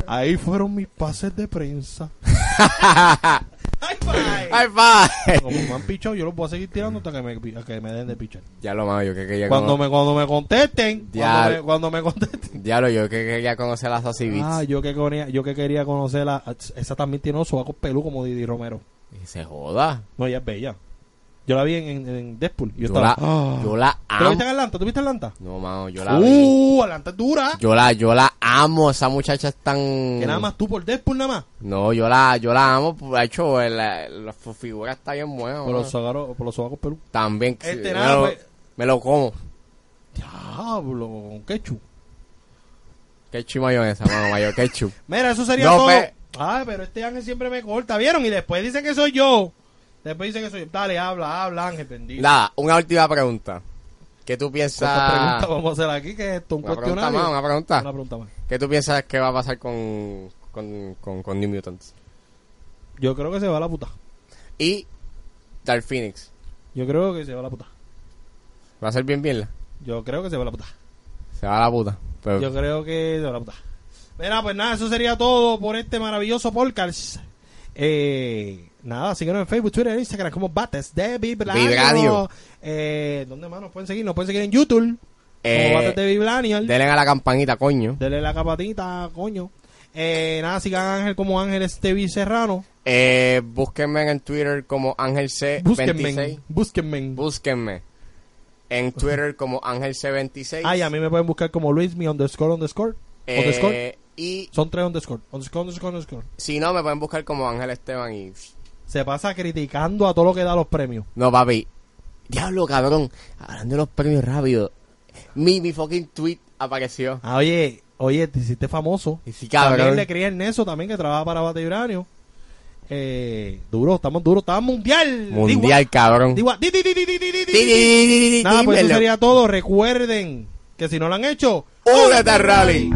Speaker 1: Ahí fueron mis pases de prensa. Ay, bye.
Speaker 2: ¡Ay, pa!
Speaker 1: Como me han pichado, yo los voy a seguir tirando hasta que me, hasta que me den de pichar.
Speaker 2: ya lo malo, yo que quería
Speaker 1: Cuando
Speaker 2: cono-
Speaker 1: me, cuando me contesten,
Speaker 2: Ya.
Speaker 1: cuando me, cuando me contesten.
Speaker 2: Ya lo, yo que quería conocer a Sassy Beats.
Speaker 1: Ah, yo que quería, yo que quería conocerla. Esa también tiene un sobaco pelú como Didi Romero.
Speaker 2: Y se joda.
Speaker 1: No, ella es bella. Yo la vi en, en, en Deadpool. y Yo
Speaker 2: Yo
Speaker 1: estaba.
Speaker 2: la,
Speaker 1: ah.
Speaker 2: yo la
Speaker 1: ¿Tú la viste en
Speaker 2: amo.
Speaker 1: Atlanta? ¿Tú viste Atlanta?
Speaker 2: No, mano, yo la vi.
Speaker 1: Uh, Atlanta es dura.
Speaker 2: Yo la, yo la amo. Esa muchacha es tan.
Speaker 1: Que nada más tú por Deadpool nada más.
Speaker 2: No, yo la, yo la amo, por- de hecho, eh, la, la su figura está bien buena.
Speaker 1: Por
Speaker 2: mano.
Speaker 1: los, sogaro- por los sobacos pelú.
Speaker 2: También,
Speaker 1: Este
Speaker 2: sí, me,
Speaker 1: nada,
Speaker 2: lo,
Speaker 1: pues.
Speaker 2: me lo como.
Speaker 1: Diablo, con quechu.
Speaker 2: Ketchup y mayonesa, mano, mayo, ketchup.
Speaker 1: Mira, eso sería
Speaker 2: No, pues.
Speaker 1: todo.
Speaker 2: pe-
Speaker 1: Ah, pero este ángel siempre me corta, ¿vieron? Y después dicen que soy yo. Después dicen que soy yo. Dale, habla, habla, ángel, bendito.
Speaker 2: Nada, una última pregunta. ¿Qué tú
Speaker 1: ¿Cuántas preguntas
Speaker 2: piensas?
Speaker 1: vamos a hacer aquí? que es esto? ¿Un
Speaker 2: Una pregunta
Speaker 1: cuestionario?
Speaker 2: más, una pregunta.
Speaker 1: Una pregunta más.
Speaker 2: ¿Qué tú piensas que va a pasar con, con, con, con New Mutants?
Speaker 1: Yo creo que se va a la puta.
Speaker 2: Y Dark Phoenix.
Speaker 1: Yo creo que se va a la puta.
Speaker 2: Va a ser bien bien.
Speaker 1: Yo creo que se va a la puta.
Speaker 2: Se va a la puta. Pero-
Speaker 1: Yo creo que se va a la puta. Mira, pues nada, eso sería todo por este maravilloso podcast. Eh, nada, síguenos en Facebook, Twitter, Instagram como Bates de Vibranio.
Speaker 2: Vibradio.
Speaker 1: Eh, ¿Dónde más nos pueden seguir? Nos pueden seguir en YouTube
Speaker 2: Eh,
Speaker 1: como Bates de Vibranial.
Speaker 2: denle a la campanita, coño.
Speaker 1: Dele la capatita, coño. Eh, nada, sigan a Ángel como Ángel Estevi Serrano.
Speaker 2: Eh, búsquenme en Twitter como Ángel
Speaker 1: Búsquenme.
Speaker 2: C26.
Speaker 1: Búsquenme.
Speaker 2: Eh, Búsquenme en Twitter como Ángel C26.
Speaker 1: Ay, a mí me pueden buscar como Luis, mi underscore, underscore.
Speaker 2: Eh,
Speaker 1: Underscore.
Speaker 2: y
Speaker 1: Son tres underscore. Underscore, underscore, underscore.
Speaker 2: si no, me pueden buscar como Ángel Esteban y...
Speaker 1: Se pasa criticando a todo lo que da los premios.
Speaker 2: No, papi. Diablo, cabrón. Hablando de los premios rápido. Mi, mi fucking tweet apareció.
Speaker 1: Ah, oye, oye, te hiciste famoso.
Speaker 2: Y sí,
Speaker 1: También
Speaker 2: cabrón.
Speaker 1: le crié Ernesto también que trabaja para Bate Vibranio. Eh, duro, estamos duros, estamos mundial.
Speaker 2: Mundial, cabrón.
Speaker 1: Digua- di- di- di- di- di- di- di- di-
Speaker 2: Di, di, di, di, di, di,
Speaker 1: Nada, pues eso
Speaker 2: dímelo.
Speaker 1: sería todo. Recuerden que si no lo han hecho,
Speaker 2: Únete al rally.